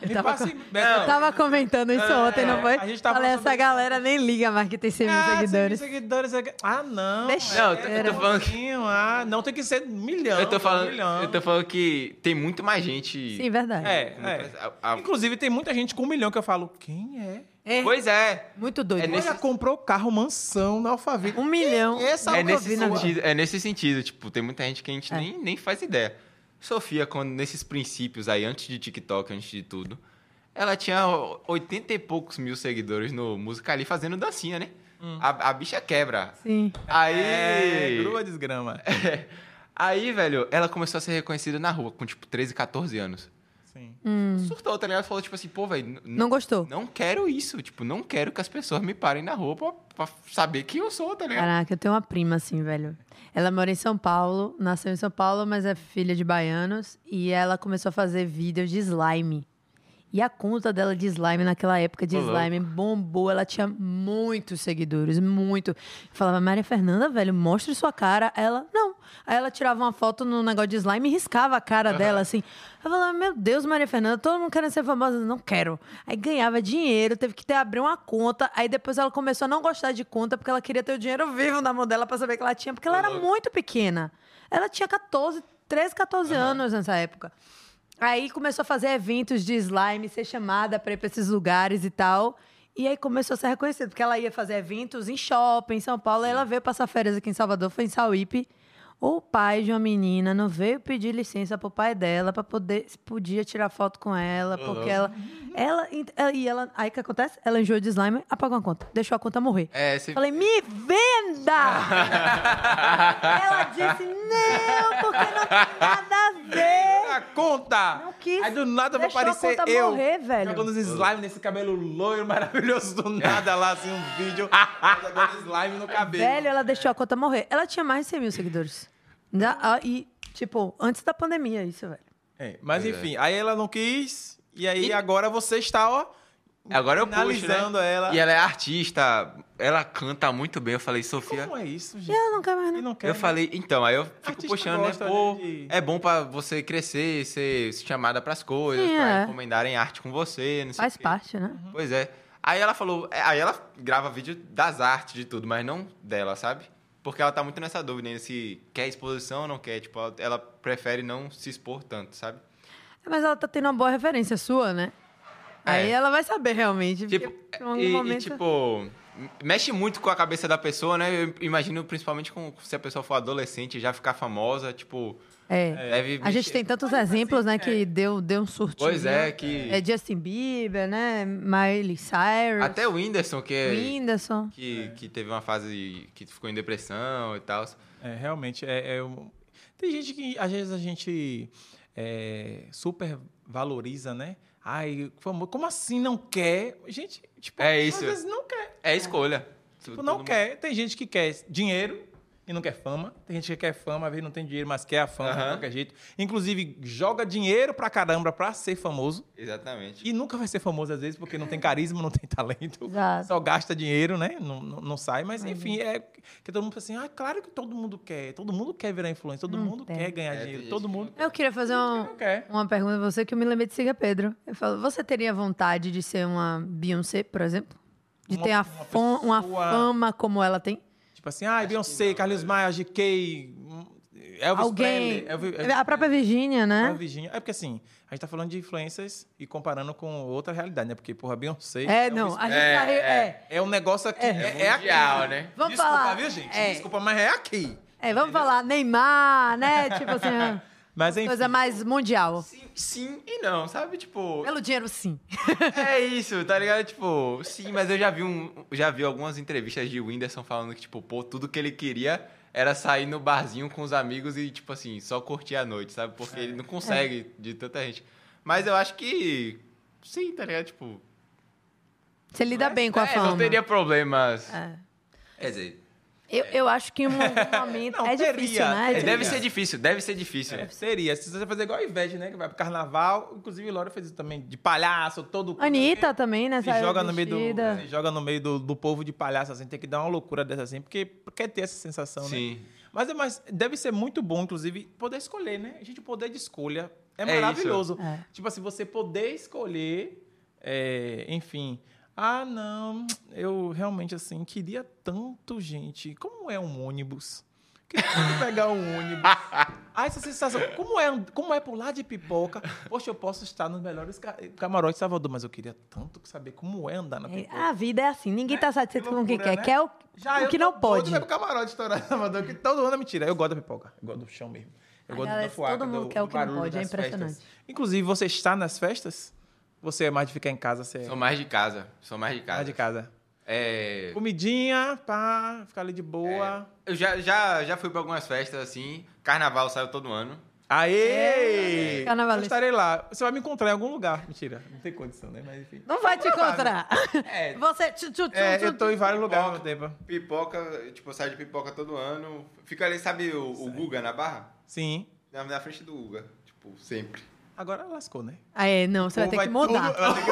Eu
Me
tava,
passe- né,
co-
Não.
eu tava comentando isso
É,
ontem, não foi?
a gente tava
Falei,
falando
essa
sobre-
galera nem liga mais que tem 100 mil
Ah, cem mil
seguidores. um
seguidores é que- Ah, não.
Besteira.
Não, eu tô- eu tô falando que-
pouquinho, Ah, não tem que ser milhão. um
eu, tô falando,
milhão.
eu tô falando que tem muito mais gente.
Sim, verdade.
É,
Muito mais-
é.
a- a-
Inclusive, tem muita gente com um milhão que eu falo, quem é?
É,
Pois é.
Muito doido.
é
Olha,
nesse-
comprou carro, mansão, na Alphaville.
Um milhão.
Essa
É
nunca
nesse,
vi na vida.
sentido, é nesse sentido, tipo, tem muita gente que a gente
É.
nem, nem faz ideia. Sofia, quando nesses princípios aí, antes de TikTok, antes de tudo, ela tinha o- 80 e poucos mil seguidores no Musicali fazendo dancinha, né? A, a bicha quebra.
Sim.
Aí.
Hum. É, grua desgrama.
Aí, velho, ela começou a ser reconhecida na rua, com tipo 13, 14 anos.
Sim.
Surtou, tá ligado? Falou tipo assim, pô, velho. n-
Hum. Não
Né?
gostou?
Não quero isso. Tipo, não quero que as pessoas me parem na rua pra, pra saber quem eu sou, tá ligado?
Caraca, eu tenho uma prima assim, velho. Ela mora em São Paulo, nasceu em São Paulo, mas é filha de baianos. E ela começou a fazer vídeos de slime. E a conta dela de slime, naquela época de
Ô, louco.
slime, bombou. Ela tinha muitos seguidores, muito. Eu Falava, Maria Fernanda, velho, mostre sua cara. Ela, não. Aí ela tirava uma foto no negócio de slime e riscava a cara dela, assim. Eu falava, meu Deus, Maria Fernanda, todo mundo querendo ser famosa. Não quero. Aí ganhava dinheiro, teve que ter, abrir uma conta. Aí depois ela começou a não gostar de conta, porque ela queria ter o dinheiro vivo na mão dela pra saber que ela tinha, porque ela era muito pequena. Ela tinha 14, 13, 14 anos nessa época. Aí começou a fazer eventos de slime, ser chamada para ir pra esses lugares e tal. E aí começou a ser reconhecida, porque ela ia fazer eventos em shopping, em São Paulo. Aí ela veio passar férias aqui em Salvador, foi em Sauípe. O pai de uma menina não veio pedir licença pro pai dela para poder se podia tirar foto com ela, porque ela, ela e ela aí o que acontece? Ela enjoou de slime, apagou a conta, deixou a conta morrer.
É, você.
Falei, me venda! ela disse, não, porque não tem nada a ver.
A conta!
Não quis.
Aí do nada vai
Deixou a
aparecer
conta
eu.
morrer, velho.
Jogando os slime nesse cabelo loiro [LAUGHS] maravilhoso do nada lá, assim, um vídeo. jogando slime no cabelo.
Velho, ela deixou a conta morrer. Ela tinha mais de 100 mil seguidores. Da- ah, E, tipo, antes da pandemia, isso, velho.
É, mas
Pois é.
enfim, aí ela não quis. E aí agora você está, ó,
Agora eu puxo, né?
analisando ela.
E ela é artista, ela canta muito bem. Eu falei, Sofia.
Como é isso, gente?
E ela não quer mais,
E
não.
não quer,
Eu
né?
falei, então, aí eu fico
Artista
puxando, né?
gosta,
Pô,
né, de-
é bom pra você crescer, ser chamada pras coisas,
Sim,
pra
é.
encomendarem arte com você, não sei
Faz
o quê.
parte, né?
Pois é. Aí ela falou, é, aí ela grava vídeo das artes de tudo, mas não dela, sabe? Porque ela tá muito nessa dúvida, né? Se quer exposição ou não quer. Tipo, ela- ela prefere não se expor tanto, sabe?
Mas ela tá tendo uma boa referência sua, né?
É.
Aí ela vai saber realmente.
Tipo,
porque em algum
e, e,
momento-
tipo, mexe muito com a cabeça da pessoa, né? Eu imagino principalmente com, se a pessoa for adolescente e já ficar famosa, tipo,
É.
deve
A gente
mexer.
tem tantos exemplos, né, que deu, deu um surtinho.
assim, é. Pois é, que.
É Justin Bieber, né? Miley Cyrus.
Até o Whindersson, que, é-
Whindersson.
que, que teve uma fase que ficou em depressão e tal.
É, realmente, é, é um- tem gente que às vezes a gente é, super valoriza, né? Ai, famo- como assim não quer? Gente, tipo,
É isso.
às vezes não quer.
É escolha.
Tipo,
Todo
não
mundo-
quer. Tem gente que quer dinheiro e não quer fama. Tem gente que quer fama, às vezes não tem dinheiro, mas quer a fama de
Aham.
qualquer jeito. Inclusive, joga dinheiro pra caramba pra ser famoso.
Exatamente.
E nunca vai ser famoso, às vezes, porque não tem carisma, não tem talento.
Exato.
Só gasta dinheiro, né? Não, não, não sai. Mas,
Uhum.
enfim, é que todo mundo pensa assim, ah, claro que todo mundo quer. Todo mundo quer virar influencer, todo
Não
mundo
Hum, tem.
quer ganhar
É, tem
dinheiro,
gente
todo
que
mundo
Eu queria fazer um,
não quer.
Uma pergunta pra você que eu me lembrei de Siga Pedro. Eu falo, você teria vontade de ser uma Beyoncé, por exemplo? De
Uma-
ter a
uma
fam- uma
pessoa-
fama como ela tem?
Tipo assim, ah, Beyoncé, Carlos
né?
Maia, GK, hum, Elvis
Alguém.
Presley, Elvis,
a própria Virgínia,
Elvis-
né?
Virginia. É porque, assim, a gente tá falando de influências e comparando com outra realidade, né? Porque, porra, Beyoncé...
É,
Elvis-
não. A gente
É,
tá. re-
é.
É.
É um negócio aqui. É, é
mundial,
aqui.
né?
Vamos
Desculpa,
falar.
viu, gente?
É.
Desculpa, mas é aqui.
É, vamos falar, Neymar, né?
[LAUGHS]
Tipo assim, uma
Mas, enfim...
coisa mais mundial.
Sim, sim e não, sabe? Tipo,
Pelo dinheiro, sim.
é isso, tá ligado? Tipo, sim, mas eu já vi um, já vi algumas entrevistas de Whindersson falando que, tipo, pô, tudo que ele queria era sair no barzinho com os amigos e, tipo assim, só curtir a noite, sabe? Porque ele não consegue de tanta gente. Mas eu acho que. Sim, tá ligado? Tipo.
Você lida bem com a
é,
fama.
Não teria problemas.
É.
Quer dizer,
Eu, eu acho que em
[LAUGHS]
um momento.
Não,
é
teria.
difícil, né?
É,
É
deve
difícil.
ser difícil, deve ser difícil.
É, seria. Se você fazer igual a Ivete, né? Que vai pro carnaval. Inclusive, Laura fez isso também, de palhaço, todo...
Anitta também, né?
Se
Saiu
joga, no meio do, né?
vestida.
se joga no meio do, do povo de palhaço, assim, tem que dar uma loucura dessa assim, porque quer ter essa sensação, né?
Sim.
Mas, é mais- deve ser muito bom, inclusive, poder escolher, né? A gente, o poder de escolha é,
É
maravilhoso.
É.
Tipo assim, você poder escolher, é, enfim. Ah, não, eu realmente, assim, queria tanto, gente. Como é um ônibus? Queria tanto pegar um ônibus. Ah, essa sensação. Como é, como é pular de pipoca? Poxa, eu posso estar nos melhores ca- camarotes de Salvador, mas eu queria tanto saber como é andar na
É,
pipoca.
A vida é assim, ninguém tá satisfeito
Que
com o que
loucura,
quer.
né?
Quer o, o
eu
que
tô
não
doido
pode.
pra ir pro camarote estourar Salvador, que todo mundo é mentira. Eu gosto da pipoca. Eu gosto do chão mesmo. Eu
A
gosto
galera-
da fuaca,
Ah, todo mundo
do
quer o que não
barulho
pode, é
das
impressionante.
festas. Inclusive, você está nas festas? Você é mais de ficar em casa, você é
Sou mais de casa. Sou mais de casa.
mais de casa.
É,
Comidinha, pá, ficar ali de boa.
eu já, já, já fui pra algumas festas, assim. Carnaval saiu todo ano.
Aê!
É,
eu
carnavalesco.
estarei lá. Você vai me encontrar em algum lugar. Mentira, não tem condição, né? Mas enfim.
Não vai te
Trabalho.
encontrar. [LAUGHS]
É.
Você. tchu, tchu, tchu,
É,
tchu,
eu tô em vários lugares ao mesmo
Pipoca.
tempo.
Pipoca, tipo, eu saio de pipoca todo ano. Fica ali, sabe o, o Guga na barra?
Sim.
Na, na frente do Guga. Tipo, sempre.
Agora lascou, né?
Ah, é, não, você vai
Ou
ter que mudar.
tudo- vai ter que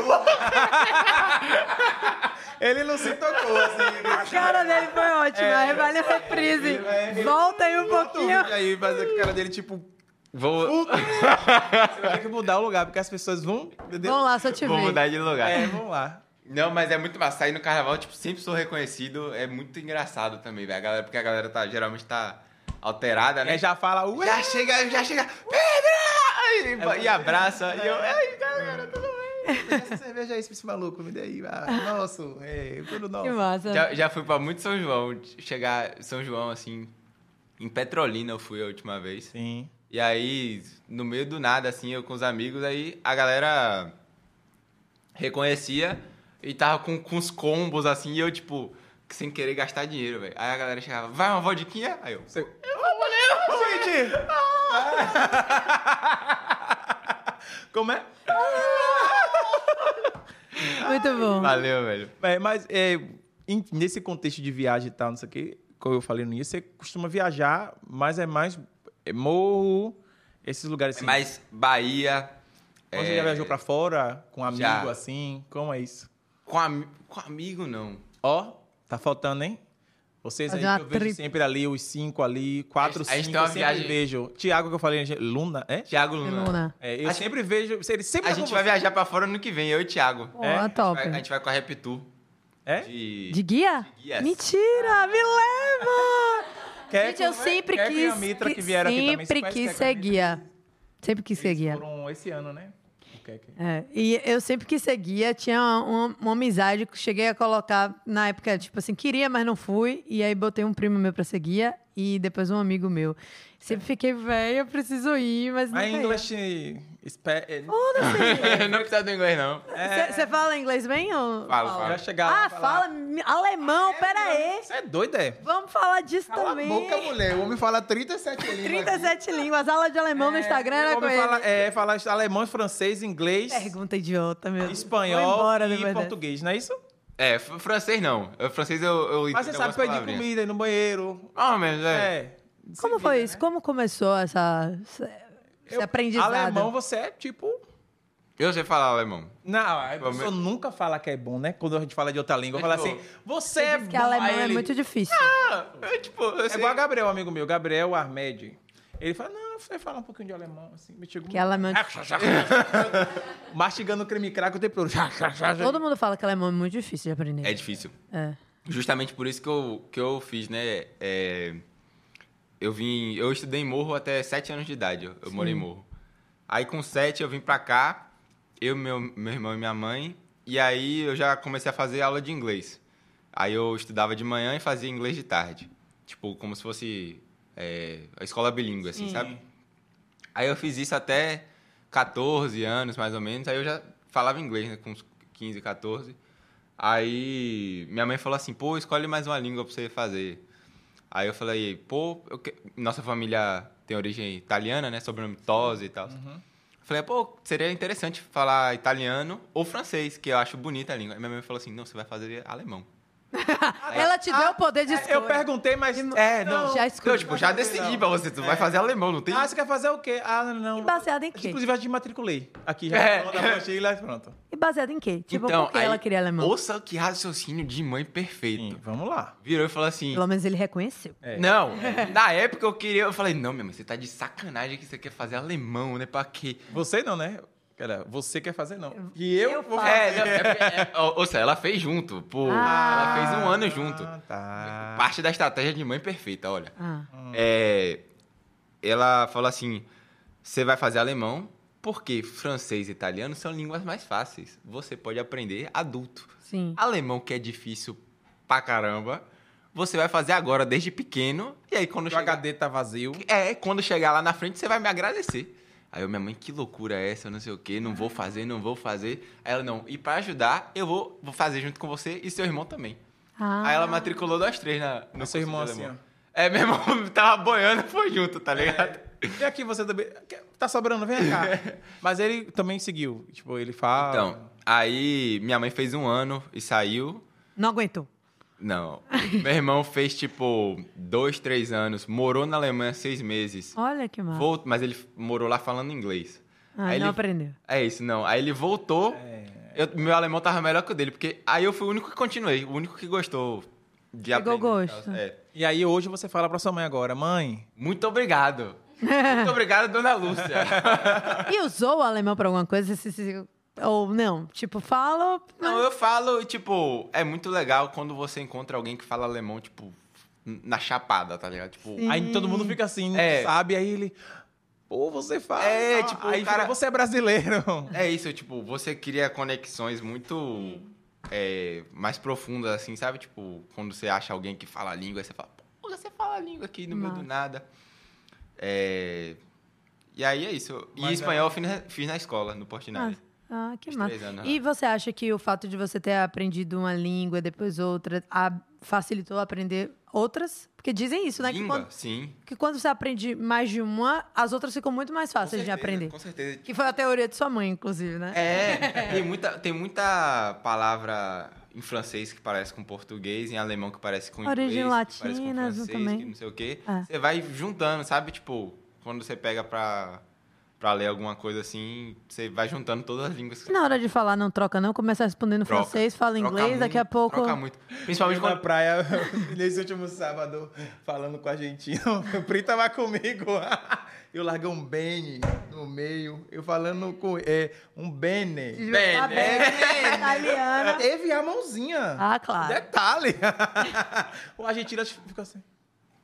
mudar. [LAUGHS] Ele não se tocou,
A
assim.
cara dele foi ótima, é, vale a reprise. Volta aí um pouquinho.
E aí, mas a cara dele, tipo,
Vou,
você vai ter que mudar o lugar, porque as pessoas vão. Entendeu?
Vamos lá, se eu te
vou
ver.
mudar de lugar.
É, vamos lá.
Não, mas é muito massa. Sair no carnaval, tipo, sempre sou reconhecido. É muito engraçado também, velho. A galera, porque a galera tá, geralmente tá alterada, né?
Aí É, já fala, ué!
Já chega, já chega. Pedro! E, e abraça. E eu, ai, cara, tudo bem.
Essa cerveja é esse, esse maluco, me dê aí. Ah, nosso, é, tudo
Que
nosso.
massa.
Já, já fui pra muito São João. Chegar São João, assim, em Petrolina eu fui a última vez.
Sim.
E aí, no meio do nada, assim, eu com os amigos, aí a galera reconhecia e tava com, com os combos, assim, e eu, tipo, sem querer gastar dinheiro, velho. Aí a galera chegava, vai uma vodiquinha? Aí eu,
Você... Gente!
como é?
Muito bom.
Valeu, velho.
É, mas é, em- nesse contexto de viagem e tal, não sei o quê, como eu falei no início, você costuma viajar, mas é mais é, morro, esses lugares assim.
Mas Bahia...
Ou
é,
Você já viajou pra fora com um amigo
já.
assim? Como é isso?
Com, ami- com amigo, não.
Ó, tá faltando, hein? Vocês aí que
Fazer
eu
uma
vejo
trip.
sempre ali, os cinco ali, quatro,
A gente-
cinco,
a gente tem
eu
uma
sempre
viagem.
vejo. Tiago que eu falei, gente, Luna, é?
Thiago
Que
Luna.
Luna.
É, eu
Acho que-
sempre vejo, ele sempre tá
A
com
gente vai
você.
viajar pra fora ano que vem, eu e o Thiago.
Pô,
É?
top.
Vai- a gente vai com a Reptur.
É?
De...
De guia?
guias.
Mentira, me leva!
Ah. Quer
gente, eu
com-
sempre
quer com a
quis.
Mitra que
que-
vieram aqui também, você
sempre
conhece
quis
Quer com a
ser
Mitra? É
guia. Sempre quis ser
Eles
guia.
Foram esse ano, né? O que é que-
É, e eu sempre quis ser guia, tinha uma, uma amizade que cheguei a colocar na época, tipo assim, queria, mas não fui. E aí botei um primo meu pra ser guia e depois um amigo meu. Sempre fiquei, velho, eu preciso ir, mas não.
My English spe- é, [LAUGHS]
[LAUGHS] não precisa do inglês, não.
Você fala inglês bem ou.
Falo, falo.
já chegaram
Ah,
a falar.
fala mi- alemão, pera aí.
Você é doido, é?
Vamos falar disso também.
mulher. O homem fala 37
37 línguas, aula de alemão no Instagram era
É, O
com
homem
ele.
fala, é, fala alemão, francês, inglês,
Pergunta idiota, meu. Deus. Vou
espanhol
embora
e
depois dessa.
português, não é isso?
É, fr- francês não. Eu- francês eu, eu entendo
Mas você sabe
algumas
pedir
palavrinhas.
comida ir no banheiro.
Ah, mas é.
É.
Como foi isso? Como começou essa, essa- esse
Eu-
aprendizado?
Alemão você é tipo...
Eu sei falar alemão.
Não, a pessoa
Vamos-
nunca fala que é bom, né? Quando a gente fala de outra língua,
Mas,
fala
tipo,
assim, você
Você
é
diz
bom.
que alemão
Aí
é
ele- Ah!
muito difícil.
Eu, tipo, eu
É
sei...
igual a Gabriel, amigo meu, Gabriel Armed. Ele fala, não, você fala um pouquinho de alemão, assim. Me chegou...
que alemão
[LAUGHS]
é difícil. [LAUGHS]
Mastigando creme crack o tempo todo.
Todo mundo fala que alemão é muito difícil de aprender.
É difícil.
É.
Justamente por isso que eu, que eu fiz, né? É, eu vim... Eu estudei em Morro até 7 anos de idade. Eu, eu morei em Morro. Aí com 7 eu vim pra cá. Eu, meu, meu irmão e minha mãe. E aí eu já comecei a fazer aula de inglês. Aí eu estudava de manhã e fazia inglês de tarde. Tipo, como se fosse é, a escola bilíngue, assim, sabe? Aí eu fiz isso até 14 anos, mais ou menos. Aí eu já falava inglês, né? Com uns 15, 14. Aí minha mãe falou assim, pô, escolhe mais uma língua pra você fazer. Aí eu falei, pô, eu que- nossa família tem origem italiana, né? Sobrenome Tosi e tal.
Uhum.
Eu Falei, pô, seria interessante falar italiano ou francês, que eu acho bonita a língua. Aí minha mãe falou assim, não, você vai fazer alemão.
Ela te deu o poder de escolha.
ah, é, Eu perguntei, mas... É, não.
Já
Eu,
escolhi.
tipo, já decidi pra você, tu
É.
vai fazer alemão, não tem...
Ah, você quer fazer o quê? Ah, não, não.
E baseado em quê?
Inclusive, eu já te matriculei. Aqui, já
É.
é. da apostila, pronto.
E baseado em quê? Tipo,
Então,
por que
Então, aí,
ela queria alemão?
Ouça que raciocínio de mãe perfeito.
Sim, vamos lá.
Virou e falou assim...
Pelo menos ele reconheceu.
É. [LAUGHS]
Não, na época eu queria. Eu falei, não, minha mãe, você tá de sacanagem que você quer fazer alemão, né? Pra quê?
Você não, né? Cara, você quer fazer, não. E eu,
eu
vou
faço.
fazer.
É, não, é, é, ou, ou seja, ela fez junto. Pô,
Ah.
Ela fez um ano junto.
Ah, tá.
Parte da estratégia de mãe perfeita, olha.
Ah.
Hum.
É, ela falou assim: você vai fazer alemão, porque francês e italiano são línguas mais fáceis. Você pode aprender adulto.
Sim.
Alemão que é difícil pra caramba. você vai fazer agora, desde pequeno. E aí, quando
O HD tá vazio.
É, quando chegar lá na frente, você vai me agradecer. Aí eu, minha mãe, que loucura é essa? Eu não sei o quê, não vou fazer, não vou fazer. Aí ela, não, e pra ajudar, eu vou, vou fazer junto com você e seu irmão também.
Ah.
Aí ela matriculou nós três na, no
Meu seu
curso de
irmão assim,
alemão.
ó. É.
É, meu irmão [LAUGHS] tava boiando, foi junto, tá ligado?
E aqui você também. Tá sobrando, vem
[LAUGHS]
cá. Mas ele também seguiu. Tipo, ele fala.
Então, aí minha mãe fez um ano e saiu.
Não aguentou. [LAUGHS]
Não. Meu irmão fez, tipo, dois, três anos, morou na Alemanha seis meses.
Olha que mal.
Volt... Mas ele morou lá falando inglês.
Ah,
Aí
não
ele-
aprendeu.
É isso, não. Aí ele voltou. eu- meu alemão tava melhor que o dele, porque aí eu fui o único que continuei, o único que gostou de
Pegou
aprender e tal.
gosto.
É.
E aí hoje você fala pra sua mãe agora, mãe.
Muito obrigado. Muito obrigado, dona Lúcia.
[LAUGHS] E usou o alemão pra alguma coisa? Se- se- Ou não? Tipo, fala.
Não, eu falo, tipo, é muito legal quando você encontra alguém que fala alemão, tipo, na chapada, tá ligado? Tipo,
Aí todo mundo fica assim,
É.
sabe? Aí ele. Pô, você fala.
É,
Ah,
tipo,
aí
o
fala,
cara-
você é brasileiro.
é isso, tipo, você cria conexões muito é, mais profundas, assim, sabe? Tipo, quando você acha alguém que fala a língua, aí você fala, pô, você fala a língua aqui no meio do
Massa.
nada. É, E aí é isso. E
Mas é-
espanhol eu fiz na, fiz na escola, no Portinari.
Ah, que
Uns
massa.
três anos,
E você acha que o fato de você ter aprendido uma língua, depois outra, a- facilitou aprender outras? Porque dizem isso, né? Que
Língua,
quando,
sim.
que quando você aprende mais de uma, as outras ficam muito mais
Com
fáceis de
certeza,
aprender.
Com certeza.
Que foi a teoria de sua mãe, inclusive, né? [LAUGHS]
É, tem muita, tem muita palavra em francês que parece com português, em alemão que parece com inglês,
Origem
que parece com
latina,
francês,
também.
que não sei o quê.
Ah.
Você vai juntando, sabe? Tipo, quando você pega pra, pra ler alguma coisa assim, você vai juntando todas as línguas. que
Na hora de falar, não troca, não. Começa respondendo
Troca.
francês, fala
Troca
inglês,
muito,
daqui a pouco.
Troca muito. [LAUGHS] Principalmente
Eu na
quando...
praia, [LAUGHS] nesse último sábado, falando com o argentino, [LAUGHS] o Pri tava comigo. [LAUGHS] Eu larguei um Bene no meio, eu falando com é, um Bene.
Tá
Bene.
bem,
[LAUGHS]
italiana.
Ah, Teve a mãozinha.
Ah, claro.
Detalhe.
[LAUGHS]
o argentino ficou assim.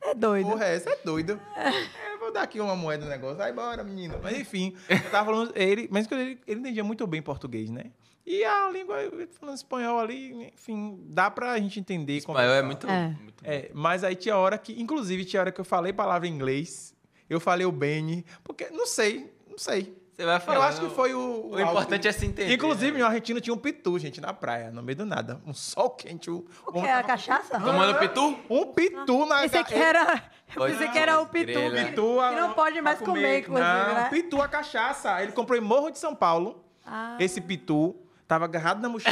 É doido.
Porra, essa é doido. É, vou dar aqui uma moeda no negócio. Vai embora, menino. Mas enfim, eu tava falando. Ele, mas que ele, ele entendia muito bem português, né? E a língua, ele falando espanhol ali, enfim, dá pra gente entender.
Espanhol é
conversar.
muito...
É.
muito-
É, mas aí tinha hora que, inclusive, tinha hora que eu falei palavra em inglês, eu falei o Benny, porque não sei, não sei.
Você vai
Eu
falar.
acho que foi o.
O importante é se entender.
Inclusive,
né?
meu argentino tinha um pitu, gente, na praia, no meio do nada. Um sol quente. Um,
O que? é A cachaça?
Tomando pitu?
um pitu na É,
Pensei que era, eu
Pode
pensei que
ser,
era o pitu.
estrela.
que-
Pitu, a-
que não pode mais
pra
comer, inclusive,
não,
né?
Pitu, a cachaça. Ele comprou em Morro de São Paulo.
Ah.
Esse pitu tava agarrado na
[LAUGHS]
mochila.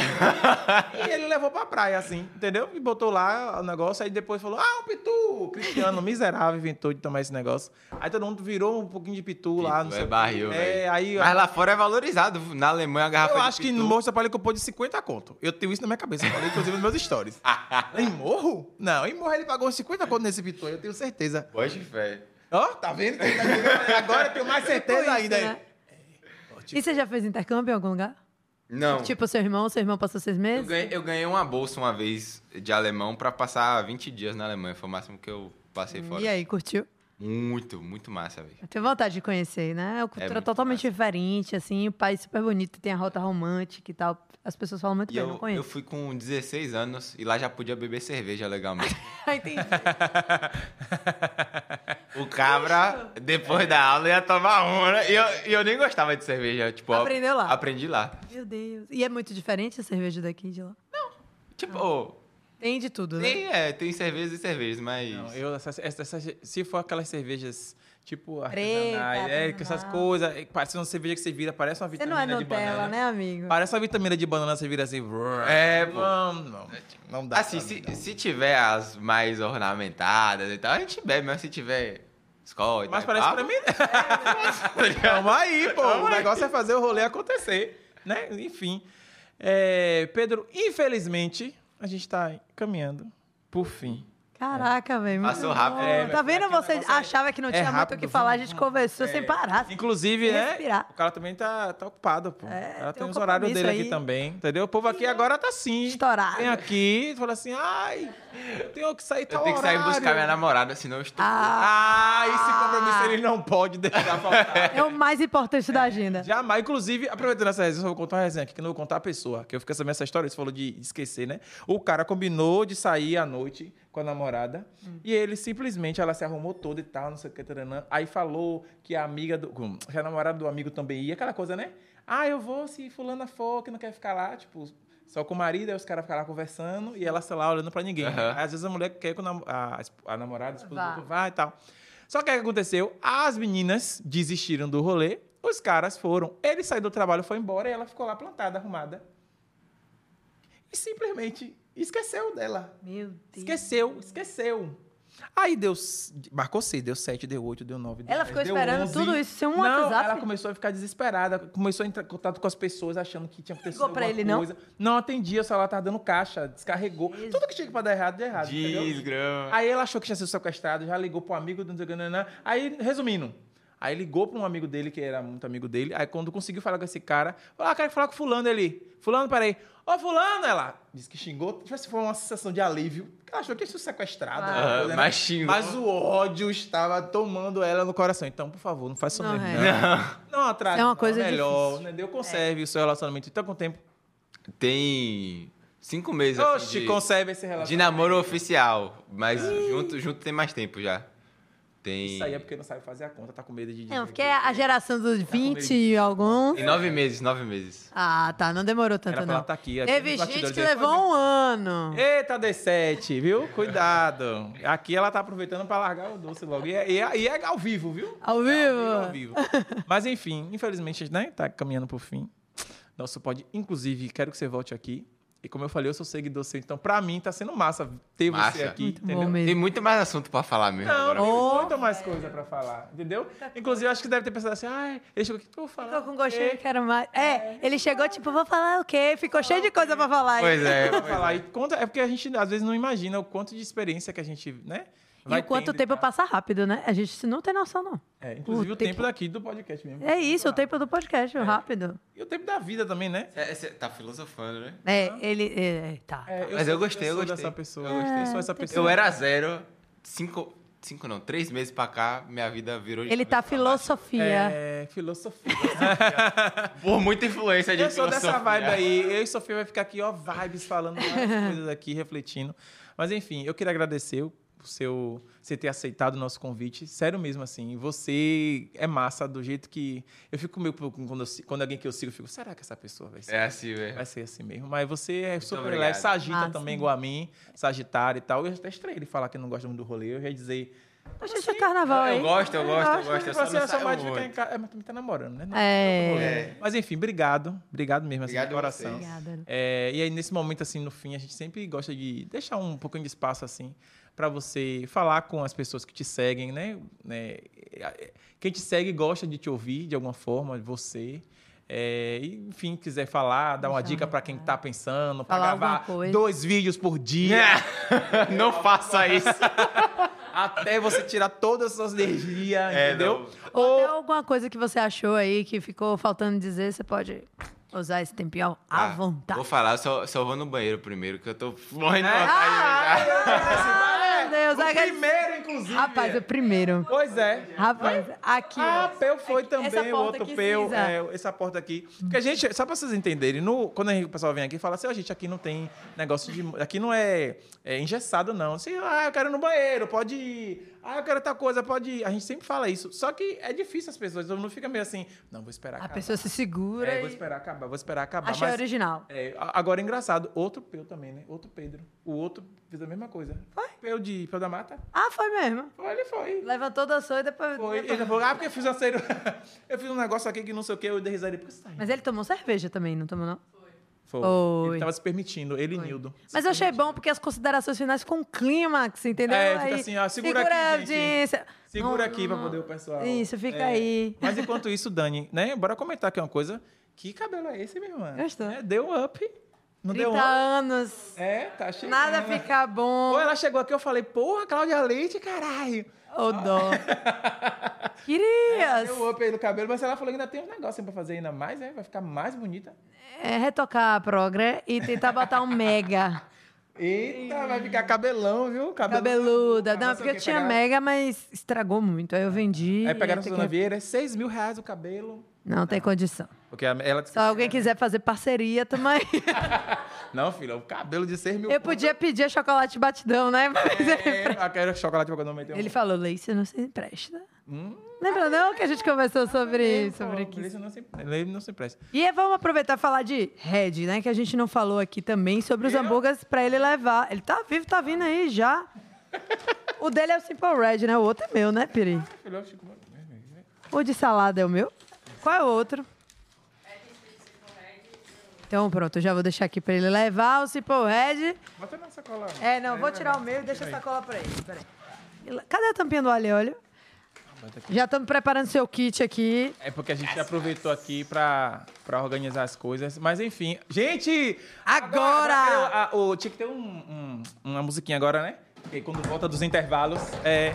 e ele levou pra praia, assim, entendeu? E botou lá o negócio. Aí depois falou, ah, um pitu. O Cristiano, miserável, inventou de tomar esse negócio. Aí todo mundo virou um pouquinho de pitu, lá. Não
Pitu
sei
é
o quê.
barril,
É,
velho.
aí...
Mas lá fora é valorizado. Na Alemanha, a garrafa
Eu
de
acho que
pitu-
no Morro de São Paulo ele comprou de 50 conto. Eu tenho isso na minha cabeça. Eu falei, inclusive, nos meus [LAUGHS] stories. em Morro? Não, em Morro ele pagou 50 conto nesse pitu. Eu tenho certeza.
Voz de fé.
Ó, é. tá [LAUGHS] vendo? Agora eu tenho mais certeza
Tipo isso,
ainda. tipo,
né? E você já fez intercâmbio em algum lugar?
Não.
Tipo seu irmão, seu irmão passou seis
Eu
meses?
ganhei, eu ganhei uma bolsa uma vez de alemão pra passar 20 dias na Alemanha. Foi o máximo que eu passei fora.
E aí, curtiu?
Muito, muito massa, velho.
Eu tenho vontade de conhecer, né? É uma cultura
muito
totalmente
massa.
diferente, assim, um país super bonito, tem a rota romântica e tal. As pessoas falam muito
E
bem, eu,
eu,
não
eu
conheço.
fui com 16 anos e lá já podia beber cerveja legalmente.
[LAUGHS] Ah, entendi.
O cabra, depois da aula, ia tomar uma, né? E eu, e eu nem gostava de cerveja. Tipo, eu-
Aprendeu lá.
Aprendi lá.
Meu Deus. E é muito diferente a cerveja daqui e de lá?
Tipo, ô,
Tem de tudo, né?
tem, é, tem cervejas e cervejas, mas...
Não, eu, essas, essas- essas- se for aquelas cervejas tipo
Preta,
artesanais, é, que essas
artesanal.
coisas, é, parece uma cerveja que você vira, parece uma
Você
vitamina
não é
de
Nutella,
banana.
né, amigo?
Parece uma vitamina de banana, você vira assim.
É, pô.
não, não, não dá.
assim,
pra mim,
se,
não.
se tiver as mais ornamentadas e tal, a gente bebe, mas se tiver escola e
Mas
tal,
parece
ah,
pra [LAUGHS] mim. Calma aí, pô. o negócio é fazer o rolê acontecer, né? Enfim. É, Pedro, infelizmente, a gente tá caminhando por fim.
Caraca, velho. muito
Passou
bom.
rápido, né,
tá
velho?
vendo?
Aquele
Você
negócio é-
achava que não
é
tinha muito o
rápido,
que falar, a
vum,
gente
vum.
conversou sem parar.
Inclusive, né?
Respirar.
O cara também tá, tá ocupado, pô.
É,
Ela
tem
tem
um
os horários dele
compromisso
aqui
aí.
também, entendeu? O povo aqui agora tá assim.
Estourado.
Vem aqui e fala assim, ai, eu tenho que sair
eu
tal
tenho que sair
horário.
buscar minha namorada, senão eu estou...
Ah, esse compromisso ele não pode deixar faltar.
É o mais importante da agenda.
Jamais. Inclusive, aproveitando essa resenha, eu vou contar uma resenha aqui, que eu não vou contar a pessoa, que eu fiquei sabendo essa história, você falou de esquecer, né? O cara combinou de sair à noite com com a namorada. E ele simplesmente, ela se arrumou toda e tal, não sei o que, taranã. Aí falou que a amiga do. com- Que a namorada do amigo também ia, aquela coisa, né? Ah, eu vou se fulana for, que não quer ficar lá, tipo, só com o marido, aí os caras ficam lá conversando e ela, sei lá, olhando pra ninguém.
Aham.
Aí, Às vezes a mulher quer que o nam- a, esp- a namorada, a esposa
Vá.
do outro vá e tal. Só que o que aconteceu? As meninas desistiram do rolê, os caras foram. Ele saiu do trabalho, foi embora e ela ficou lá plantada, arrumada. E simplesmente esqueceu dela.
Meu Deus.
Esqueceu, esqueceu. Aí deu. s- Marcou 6, deu 7, deu 8, deu 9.
Ela ficou esperando tudo isso ser um
Não,
WhatsApp?
ela começou a ficar desesperada. Começou a entrar em contato com as pessoas, achando que tinha acontecido
Ligou pra
alguma
ele, não?
coisa. Não? atendia, o celular tava dando caixa, descarregou.
Jesus.
Tudo que tinha que pra dar errado, deu errado. entendeu?
Desgrama.
Aí ela achou que tinha sido sequestrado, já ligou pro amigo, não sei o que, não, não, não. aí, resumindo. Aí ligou pra um amigo dele, que era muito amigo dele. Aí quando conseguiu falar com esse cara, falou, ah, quero falar com fulano ele. Fulano, peraí. Ô, fulano, ela disse que xingou. Se foi uma sensação de alívio. porque Ela achou que tinha sido sequestrada.
Ah.
alguma coisa, né?
mas xingou.
Mas o ódio estava tomando ela no coração. Então, por favor, não faça isso
Não,
mesmo. né?
é.
Não, não atrase.
É uma
não,
coisa
melhor,
difícil. É.
entendeu? Conserve o seu relacionamento. Então, com o tempo.
[LAUGHS] Tem cinco meses assim,
Oxe,
de,
conserve esse
de
relacionamento.
namoro oficial. Mas junto, junto tem mais tempo já. Tem.
Isso aí é porque não sabe fazer a conta, tá com medo de.
Não, porque É, a geração dos 20 e alguns.
Em nove meses, nove meses.
Ah, tá. Não demorou tanto,
Era pra
não.
ela tá aqui.
Teve
aqui nos
gente que
bastidores aí.
levou um ano.
Eita, D7, viu? Cuidado. Aqui ela tá aproveitando pra largar o doce logo. E é, e é- e é ao vivo, viu?
Ao
Ao
vivo.
vivo. Mas enfim, infelizmente, né? Tá caminhando pro fim. Nosso pode, inclusive, quero que você volte aqui. E como eu falei, eu sou seguidor seu, então pra mim tá sendo massa ter você
Massa.
aqui,
Muito
entendeu?
bom mesmo.
Tem muito mais assunto pra falar mesmo
Não,
agora.
tem
Oh,
muita mais coisa pra falar, entendeu? Inclusive, eu acho que deve ter pensado assim, ai, deixa eu vou falar.
Ficou Tá com
o
gostinho,
quê?
quero mais. É, ele chegou tipo, vou falar o quê? Ficou cheio de coisa pra falar.
Pois é.
[LAUGHS] Pra falar. E conta, é porque a gente às vezes não imagina o quanto de experiência que a gente, né?
E o quanto
tendo
tempo
tal.
passa rápido, né? A gente não tem noção, não.
É, inclusive
O
o,
tempo-
tempo, daqui do podcast mesmo.
É isso, o tempo do podcast,
É.
o rápido.
E o tempo da vida também, né?
É, você tá filosofando, né?
É, ele. É, tá.
É,
Ah, Mas eu gostei, eu
sou
gostei.
dessa pessoa.
Eu
Eu
gostei.
sou essa
tem
pessoa.
Eu era zero, cinco. Cinco não, três meses pra cá, minha vida virou de
Ele tá
cabeça pra baixo.
filosofia.
É,
[LAUGHS]
filosofia.
Por muita influência de
eu sou dessa
filosofia.
vibe aí. Eu e Sofia vai ficar aqui, ó, vibes, falando
[LAUGHS]
várias coisas aqui, refletindo. Mas enfim, eu queria agradecer o seu, você ter aceitado o nosso convite. Sério mesmo, assim. Você é massa do jeito que. Eu fico meio. com- Quando, eu si- quando alguém que eu sigo, eu fico, será que essa pessoa vai ser?
É assim, velho.
Vai ser assim mesmo. Mas você é super
obrigado.
leve, sagita
Ah,
também,
sim.
igual a mim, sagitário e tal. Eu até estranhei ele falar que não gosta muito do rolê. Eu ia dizer.
A gente é carnaval,
Eu
hein?
gosto, eu gosto, eu
gosto.
gosto. Eu
Você é
só
só
não
mais
saio
de ficar em
muito.
casa. É, mas também tá namorando, né? Não-
É.
não rolê.
É.
Mas enfim, obrigado. Obrigado mesmo, assim,
Obrigado
de
a
coração.
vocês.
Obrigada.
É, e aí, nesse momento, assim, no fim, a gente sempre gosta de deixar um pouquinho de espaço, assim, para você falar com as pessoas que te seguem, né? Né? Quem te segue gosta de te ouvir, de alguma forma, de você. É, e, enfim, quiser falar, dar uma
Deixar
dica para quem tá pensando, para
Falar alguma
gravar
coisa.
dois vídeos por dia,
[LAUGHS] [LAUGHS] Não faça isso.
até você tirar toda a sua energia,
É,
entendeu?
não.
Ou até alguma coisa que você achou aí que ficou faltando dizer, você pode usar esse tempinho à
Ah,
Tá,
vontade.
Vou falar, só, só vou no banheiro primeiro, que eu tô morrendo de
É?
vontade. de mijar.
[LAUGHS]
Ah, meu Deus,
né? o
agora-
primeiro, inclusive.
Rapaz, o primeiro.
Pois é.
Rapaz, aqui.
Ah,
ó.
Peu foi
Aqui, essa
também, o
porta
outro
aqui,
Peu,
cinza.
é, essa porta aqui. Porque a gente, só pra vocês entenderem, no- quando a gente- o pessoal vem aqui e fala assim, ó, gente, aqui não tem negócio de. Aqui não é, é engessado, não. Assim, ah, eu quero ir no banheiro, pode ir. Ah, eu quero tal coisa, pode ir. A gente sempre fala isso. Só que é difícil as pessoas, todo mundo fica meio assim, não, vou esperar
A
acabar.
pessoa se segura
É, vou
e
esperar acabar, vou esperar acabar.
achei
mas-
original.
é, a- agora engraçado, outro Peu também, né? Outro Pedro. O outro fez a mesma coisa.
Foi?
Peu de Peu da Mata?
Ah, foi mesmo.
Foi, ele foi.
Levantou, dançou e depois...
Foi. Ele falou, ah, porque eu fiz uma cero... [LAUGHS] Eu fiz um negócio aqui que não sei o que, eu dei risada. Por que você tá rindo?
Mas ele tomou cerveja também, não tomou não?
Foi.
Foi.
Ele tava se permitindo, ele e
Foi.
Nildo.
Mas eu achei bom porque as considerações finais com clímax, entendeu?
É, fica
Aí,
assim, ó,
a
segura aqui, gente.
audiência.
Segura
Não,
aqui pra
não.
poder o pessoal.
Isso, fica
É.
aí. [LAUGHS]
Mas enquanto isso, Dani, né? Bora comentar aqui uma coisa. Que cabelo é esse, minha irmã?
Gostou.
É, deu um up. Não
30
deu um up.
anos,
É, tá cheio.
nada fica bom.
Pô, ela chegou aqui, eu falei, porra, Cláudia Leite, caralho.
Ô,
[LAUGHS]
dó. Querias.
Deu up aí no cabelo, mas ela falou que ainda tem uns negócios pra fazer ainda mais, né? Vai ficar mais bonita.
É retocar a progra e tentar botar um
[LAUGHS]
mega
Eita, vai ficar cabelão, viu? Cabelão.
cabeluda. Não,
Nossa,
porque eu
que
tinha
pegaram-
mega, mas estragou muito. Aí eu vendi.
Aí É, pegaram
ia
a
ter
Suzana
que-
Vieira, é 6 mil reais o cabelo.
Não tem condição.
Porque a- ela disse,
Se alguém quiser fazer parceria, tamo
[LAUGHS]
aí.
não, filha, o cabelo de 6 mil
Eu podia pedir chocolate batidão, né? Mas [LAUGHS]
[LAUGHS] É, aquele chocolate pra eu não meter um-
Ele falou, Leice, não se empresta. Lembra não que a gente conversou sobre isso? Sobre
Pô,
isso.
Ele não se, ele não se presta.
E aí, vamos aproveitar e falar de Red, né? Que a gente não falou aqui também sobre os hambúrgueres pra ele levar. Ele tá vivo, tá vindo aí já. O dele é o Simple Red, né? O outro é meu, né, Piri?
Ah, Filho, eu fico-
O de salada é o meu? Qual é o outro? Então pronto, eu já vou deixar aqui pra ele levar o Simple Red.
Bota na sacola.
É, não, vou tirar o meu e deixa a sacola pra ele. Peraí. E lá- Cadê a tampinha do alho e óleo? Já estamos preparando seu kit aqui.
É porque a gente aproveitou aqui pra, pra organizar as coisas. Mas enfim. Gente!
Agora!
eu- a- o, tinha que ter um- um- uma musiquinha agora, né? Porque quando volta dos intervalos. É.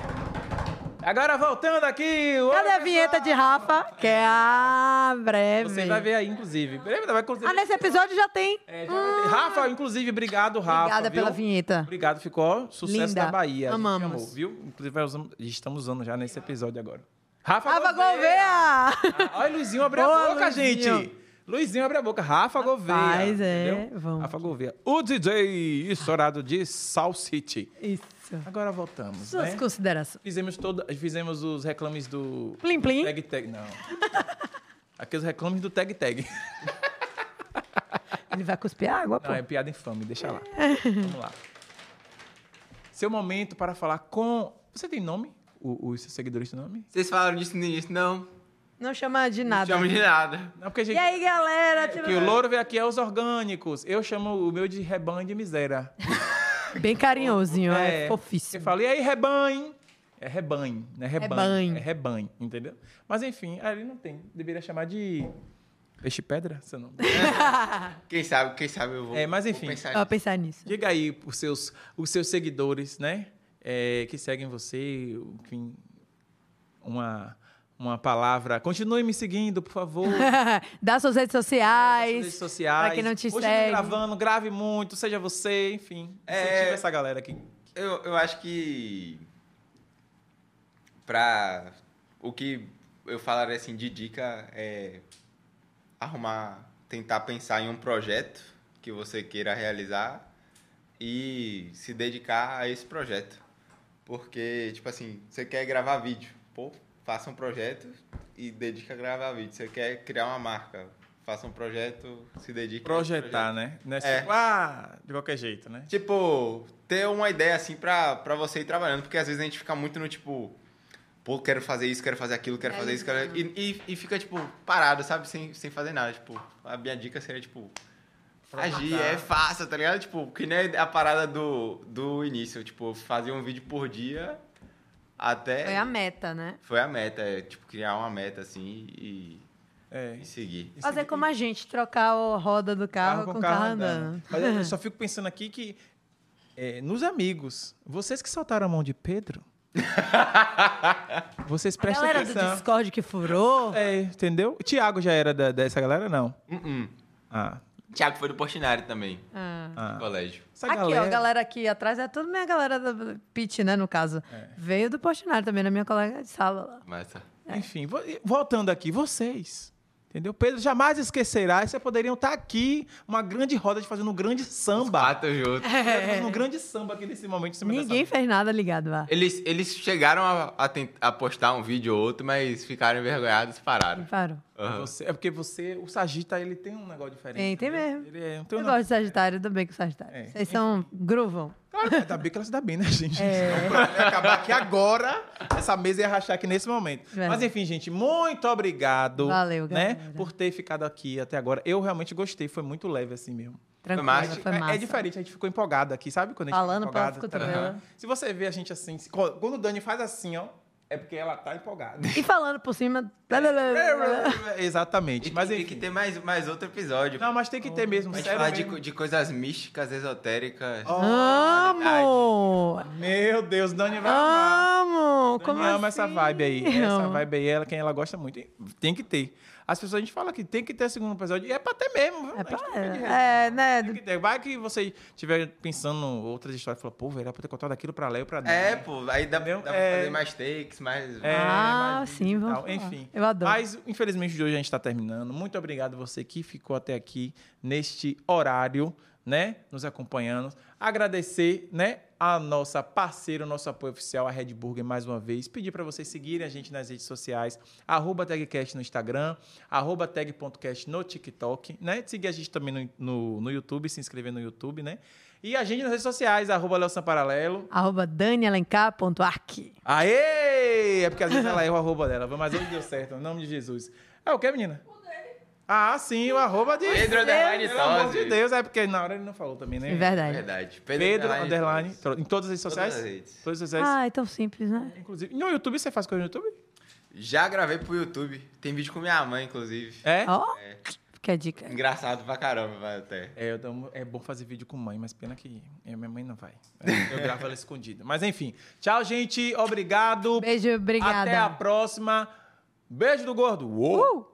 Agora voltando aqui! o-
Cadê a vinheta de Rafa? Que é a breve.
Você vai ver aí, inclusive. Vai acontecer.
Ah, nesse episódio já tem.
É, já vai ter. Rafa, inclusive, obrigado, Rafa.
Obrigada
viu?
pela vinheta.
Obrigado, ficou sucesso
Linda.
da Bahia. A gente
Amamos.
amou, viu? Inclusive, nós usamos- estamos usando já nesse episódio agora. Rafa,
Rafa Gouveia!
Ah, Olha, Luizinho abre
Boa,
a boca,
Luizinho.
gente. Luizinho abre a boca. Rafa Gouveia.
Rapaz, é,
entendeu?
vamos.
Rafa Gouveia. O DJ estourado de Sal City.
Isso.
Agora voltamos,
Suas
né?
considerações.
Fizemos, todo, fizemos os reclames do...
Plim, plim.
Tag
[LAUGHS]
Tag, não. Aqui os reclames do Tag Tag.
Ele vai cuspir água, pô. É.
Não, é piada infame, deixa lá. Vamos lá. Seu momento para falar com. Você tem nome? O- Os seus seguidores têm nome?
Vocês falaram disso no início, não.
Não chama de nada.
Chama de nada.
Não, porque a gente.
E aí, galera?
Que o louro vem aqui é os orgânicos. Eu chamo o meu de rebanho de miséria.
Bem carinhosinho, é,
Você
fofíssimo.
fala, e aí, rebanho? É rebanho, né? Rebanho.
Rebanho.
É rebanho, entendeu? Mas enfim, aí ele não tem. Deveria chamar de. Peixe pedra? Seu nome.
Quem sabe, quem sabe eu vou.
É, mas
vou
enfim.
pensar
Eu vou pensar nisso. [LAUGHS]
Diga aí os seus, os seus seguidores, né? É, que seguem você, enfim, uma, uma palavra. Continue me seguindo,
[LAUGHS]
por favor. nas
Dá suas redes
redes
sociais.
sociais.
pra quem não te
Hoje
segue.
eu tô gravando, grave muito, seja você, enfim.
É.
Incentiva essa galera aqui.
Eu, eu acho que. Pra. O que eu falaria assim de dica é. Arrumar. Tentar pensar em um projeto que você queira realizar e se dedicar a esse projeto. Porque, tipo assim, você quer gravar vídeo. Pô, faça um projeto e dedica a gravar vídeo. Você quer criar uma marca. Faça um projeto, se dedique. a esse
Projetar, né? Não é
É.
tipo, ah, de qualquer jeito, né?
Tipo, ter uma ideia assim pra, pra você ir trabalhando, porque às vezes a gente fica muito no tipo, pô, quero fazer isso, quero fazer aquilo,
É
quero fazer isso, quero... E, e, e fica, tipo, parado, sabe? Sem, sem fazer nada. Tipo, a minha dica seria, tipo, agir, é fácil, tá ligado? Tipo, que nem a parada do, do início, tipo, fazer um vídeo por dia até.
Foi a meta, né?
Foi a meta, é, tipo, criar uma meta assim e,
É.
e seguir.
Fazer como a gente, trocar a roda do carro, com o carro, andando.
Mas eu
[LAUGHS]
só fico pensando aqui que, é, nos amigos, vocês que soltaram a mão
[LAUGHS]
de Pedro, vocês
A
prestem
galera do
atenção.
Discord que furou.
[LAUGHS] É, entendeu? O Thiago já era da- dessa galera, não?
Uh-uh.
Ah,
Tiago Hum, foi do Portinari também,
Ah.
ah.
no colégio.
Essa
aqui, ó, a galera aqui atrás é toda minha galera da Pit, né, no caso. Veio do Portinari também, na minha colega de sala lá.
Massa.
Enfim, vo- e voltando aqui, vocês. Entendeu? Pedro jamais esquecerá. E vocês poderiam estar aqui, uma grande roda de fazendo um grande samba.
Bato junto.
Fazendo um grande samba aqui nesse momento. em cima dessa
Ninguém fez nada ligado lá.
Eles, eles chegaram a, a tent- a postar um vídeo ou outro, mas ficaram envergonhados e
Quem
pararam.
parou?
Aham.
Você- é porque você, o Sagita, ele tem um negócio diferente.
Tem, tem
entendeu?
mesmo.
Ele é, não tem um
Eu gosto de Sagitário, tudo bem com Sagitário.
É.
Vocês são gruvão.
Claro, mas tá bem que ela se dá bem, né, gente?
É.
Senão o programa ia acabar aqui agora, essa mesa ia rachar aqui nesse momento.
Verdade.
Mas enfim, gente, muito obrigado.
É. Valeu,
né,
galera.
Por ter ficado aqui até agora. Eu realmente gostei, foi muito leve assim mesmo.
Tranquilo,
massa.
foi
É-
massa.
É diferente, a gente ficou empolgado aqui, sabe? Quando a gente
Falando,
fica empolgado.
pau, fica também,
tá?
né?
Se você vê a gente assim, se- quando o Dani faz assim, ó, é porque ela
[LAUGHS]
tá empolgada.
E falando por cima...
Exatamente. Mas
tem
enfim.
que ter mais, mais outro episódio.
Não, mas tem que ter mesmo,
Pra gente
sério
falar de,
mesmo.
co- de coisas místicas, esotéricas.
Oh, é
Ah! Amo!
Meu Deus, Dani
Ah!
vai amar.
Amo!
Dani
Como
ama
assim?
essa vibe aí. Essa
Amo.
vibe aí, ela, quem ela gosta muito. E Tem que ter. As pessoas, a gente fala que tem que ter segundo episódio, e é pra ter mesmo. viu?
É,
A gente
pra-
não tem de-
é, né?
tem que ter. Vai que você estiver pensando outras histórias, fala, pô, velho, era pra ter contado aquilo pra lá e pra dentro.
É, pô, aí dá, dá
Entendeu?
pra
É.
fazer mais takes, mais.
É,
Ah,
mais
sim, vamos
digital,
falar.
Enfim.
Eu adoro.
Mas, infelizmente, de hoje a gente está terminando. Muito obrigado você que ficou até aqui neste horário, né? Nos acompanhando. Agradecer, né? A nossa parceira, o nosso apoio oficial, a Red Burger, mais uma vez. Pedir para vocês seguirem a gente nas redes sociais, arroba tagcast no Instagram, arroba tag.cast no TikTok, né? Seguir a gente também no, no, no YouTube, se inscrever no YouTube, né? E a gente nas redes sociais, arroba Léo Samparalelo.
Arroba danielencar.arc.
Aê! É porque às vezes ela erra o arroba dela, viu? mas hoje deu certo, em nome de Jesus. É o que, menina? O dele. Ah, sim, o arroba de.
Pedro Underline
Pelo amor de
Sozzi.
Deus, é porque na hora ele não falou também, né?
É verdade.
Verdade.
Pedro Underline. Tro- Em todas as redes
Todas
sociais?
as redes.
Todas as redes.
Ah, é tão simples, né?
Inclusive. No YouTube, você faz coisa no YouTube?
Já gravei pro YouTube. Tem vídeo com minha mãe, inclusive.
É?
Ó, que é dica.
Engraçado pra caramba, vai até.
É, eu dou- é bom fazer vídeo com mãe, mas pena que eu- minha mãe não vai. Eu gravo ela escondida. Mas enfim. Tchau, gente. Obrigado.
Beijo, obrigada.
Até a próxima. Beijo do gordo. Uou!
Uh!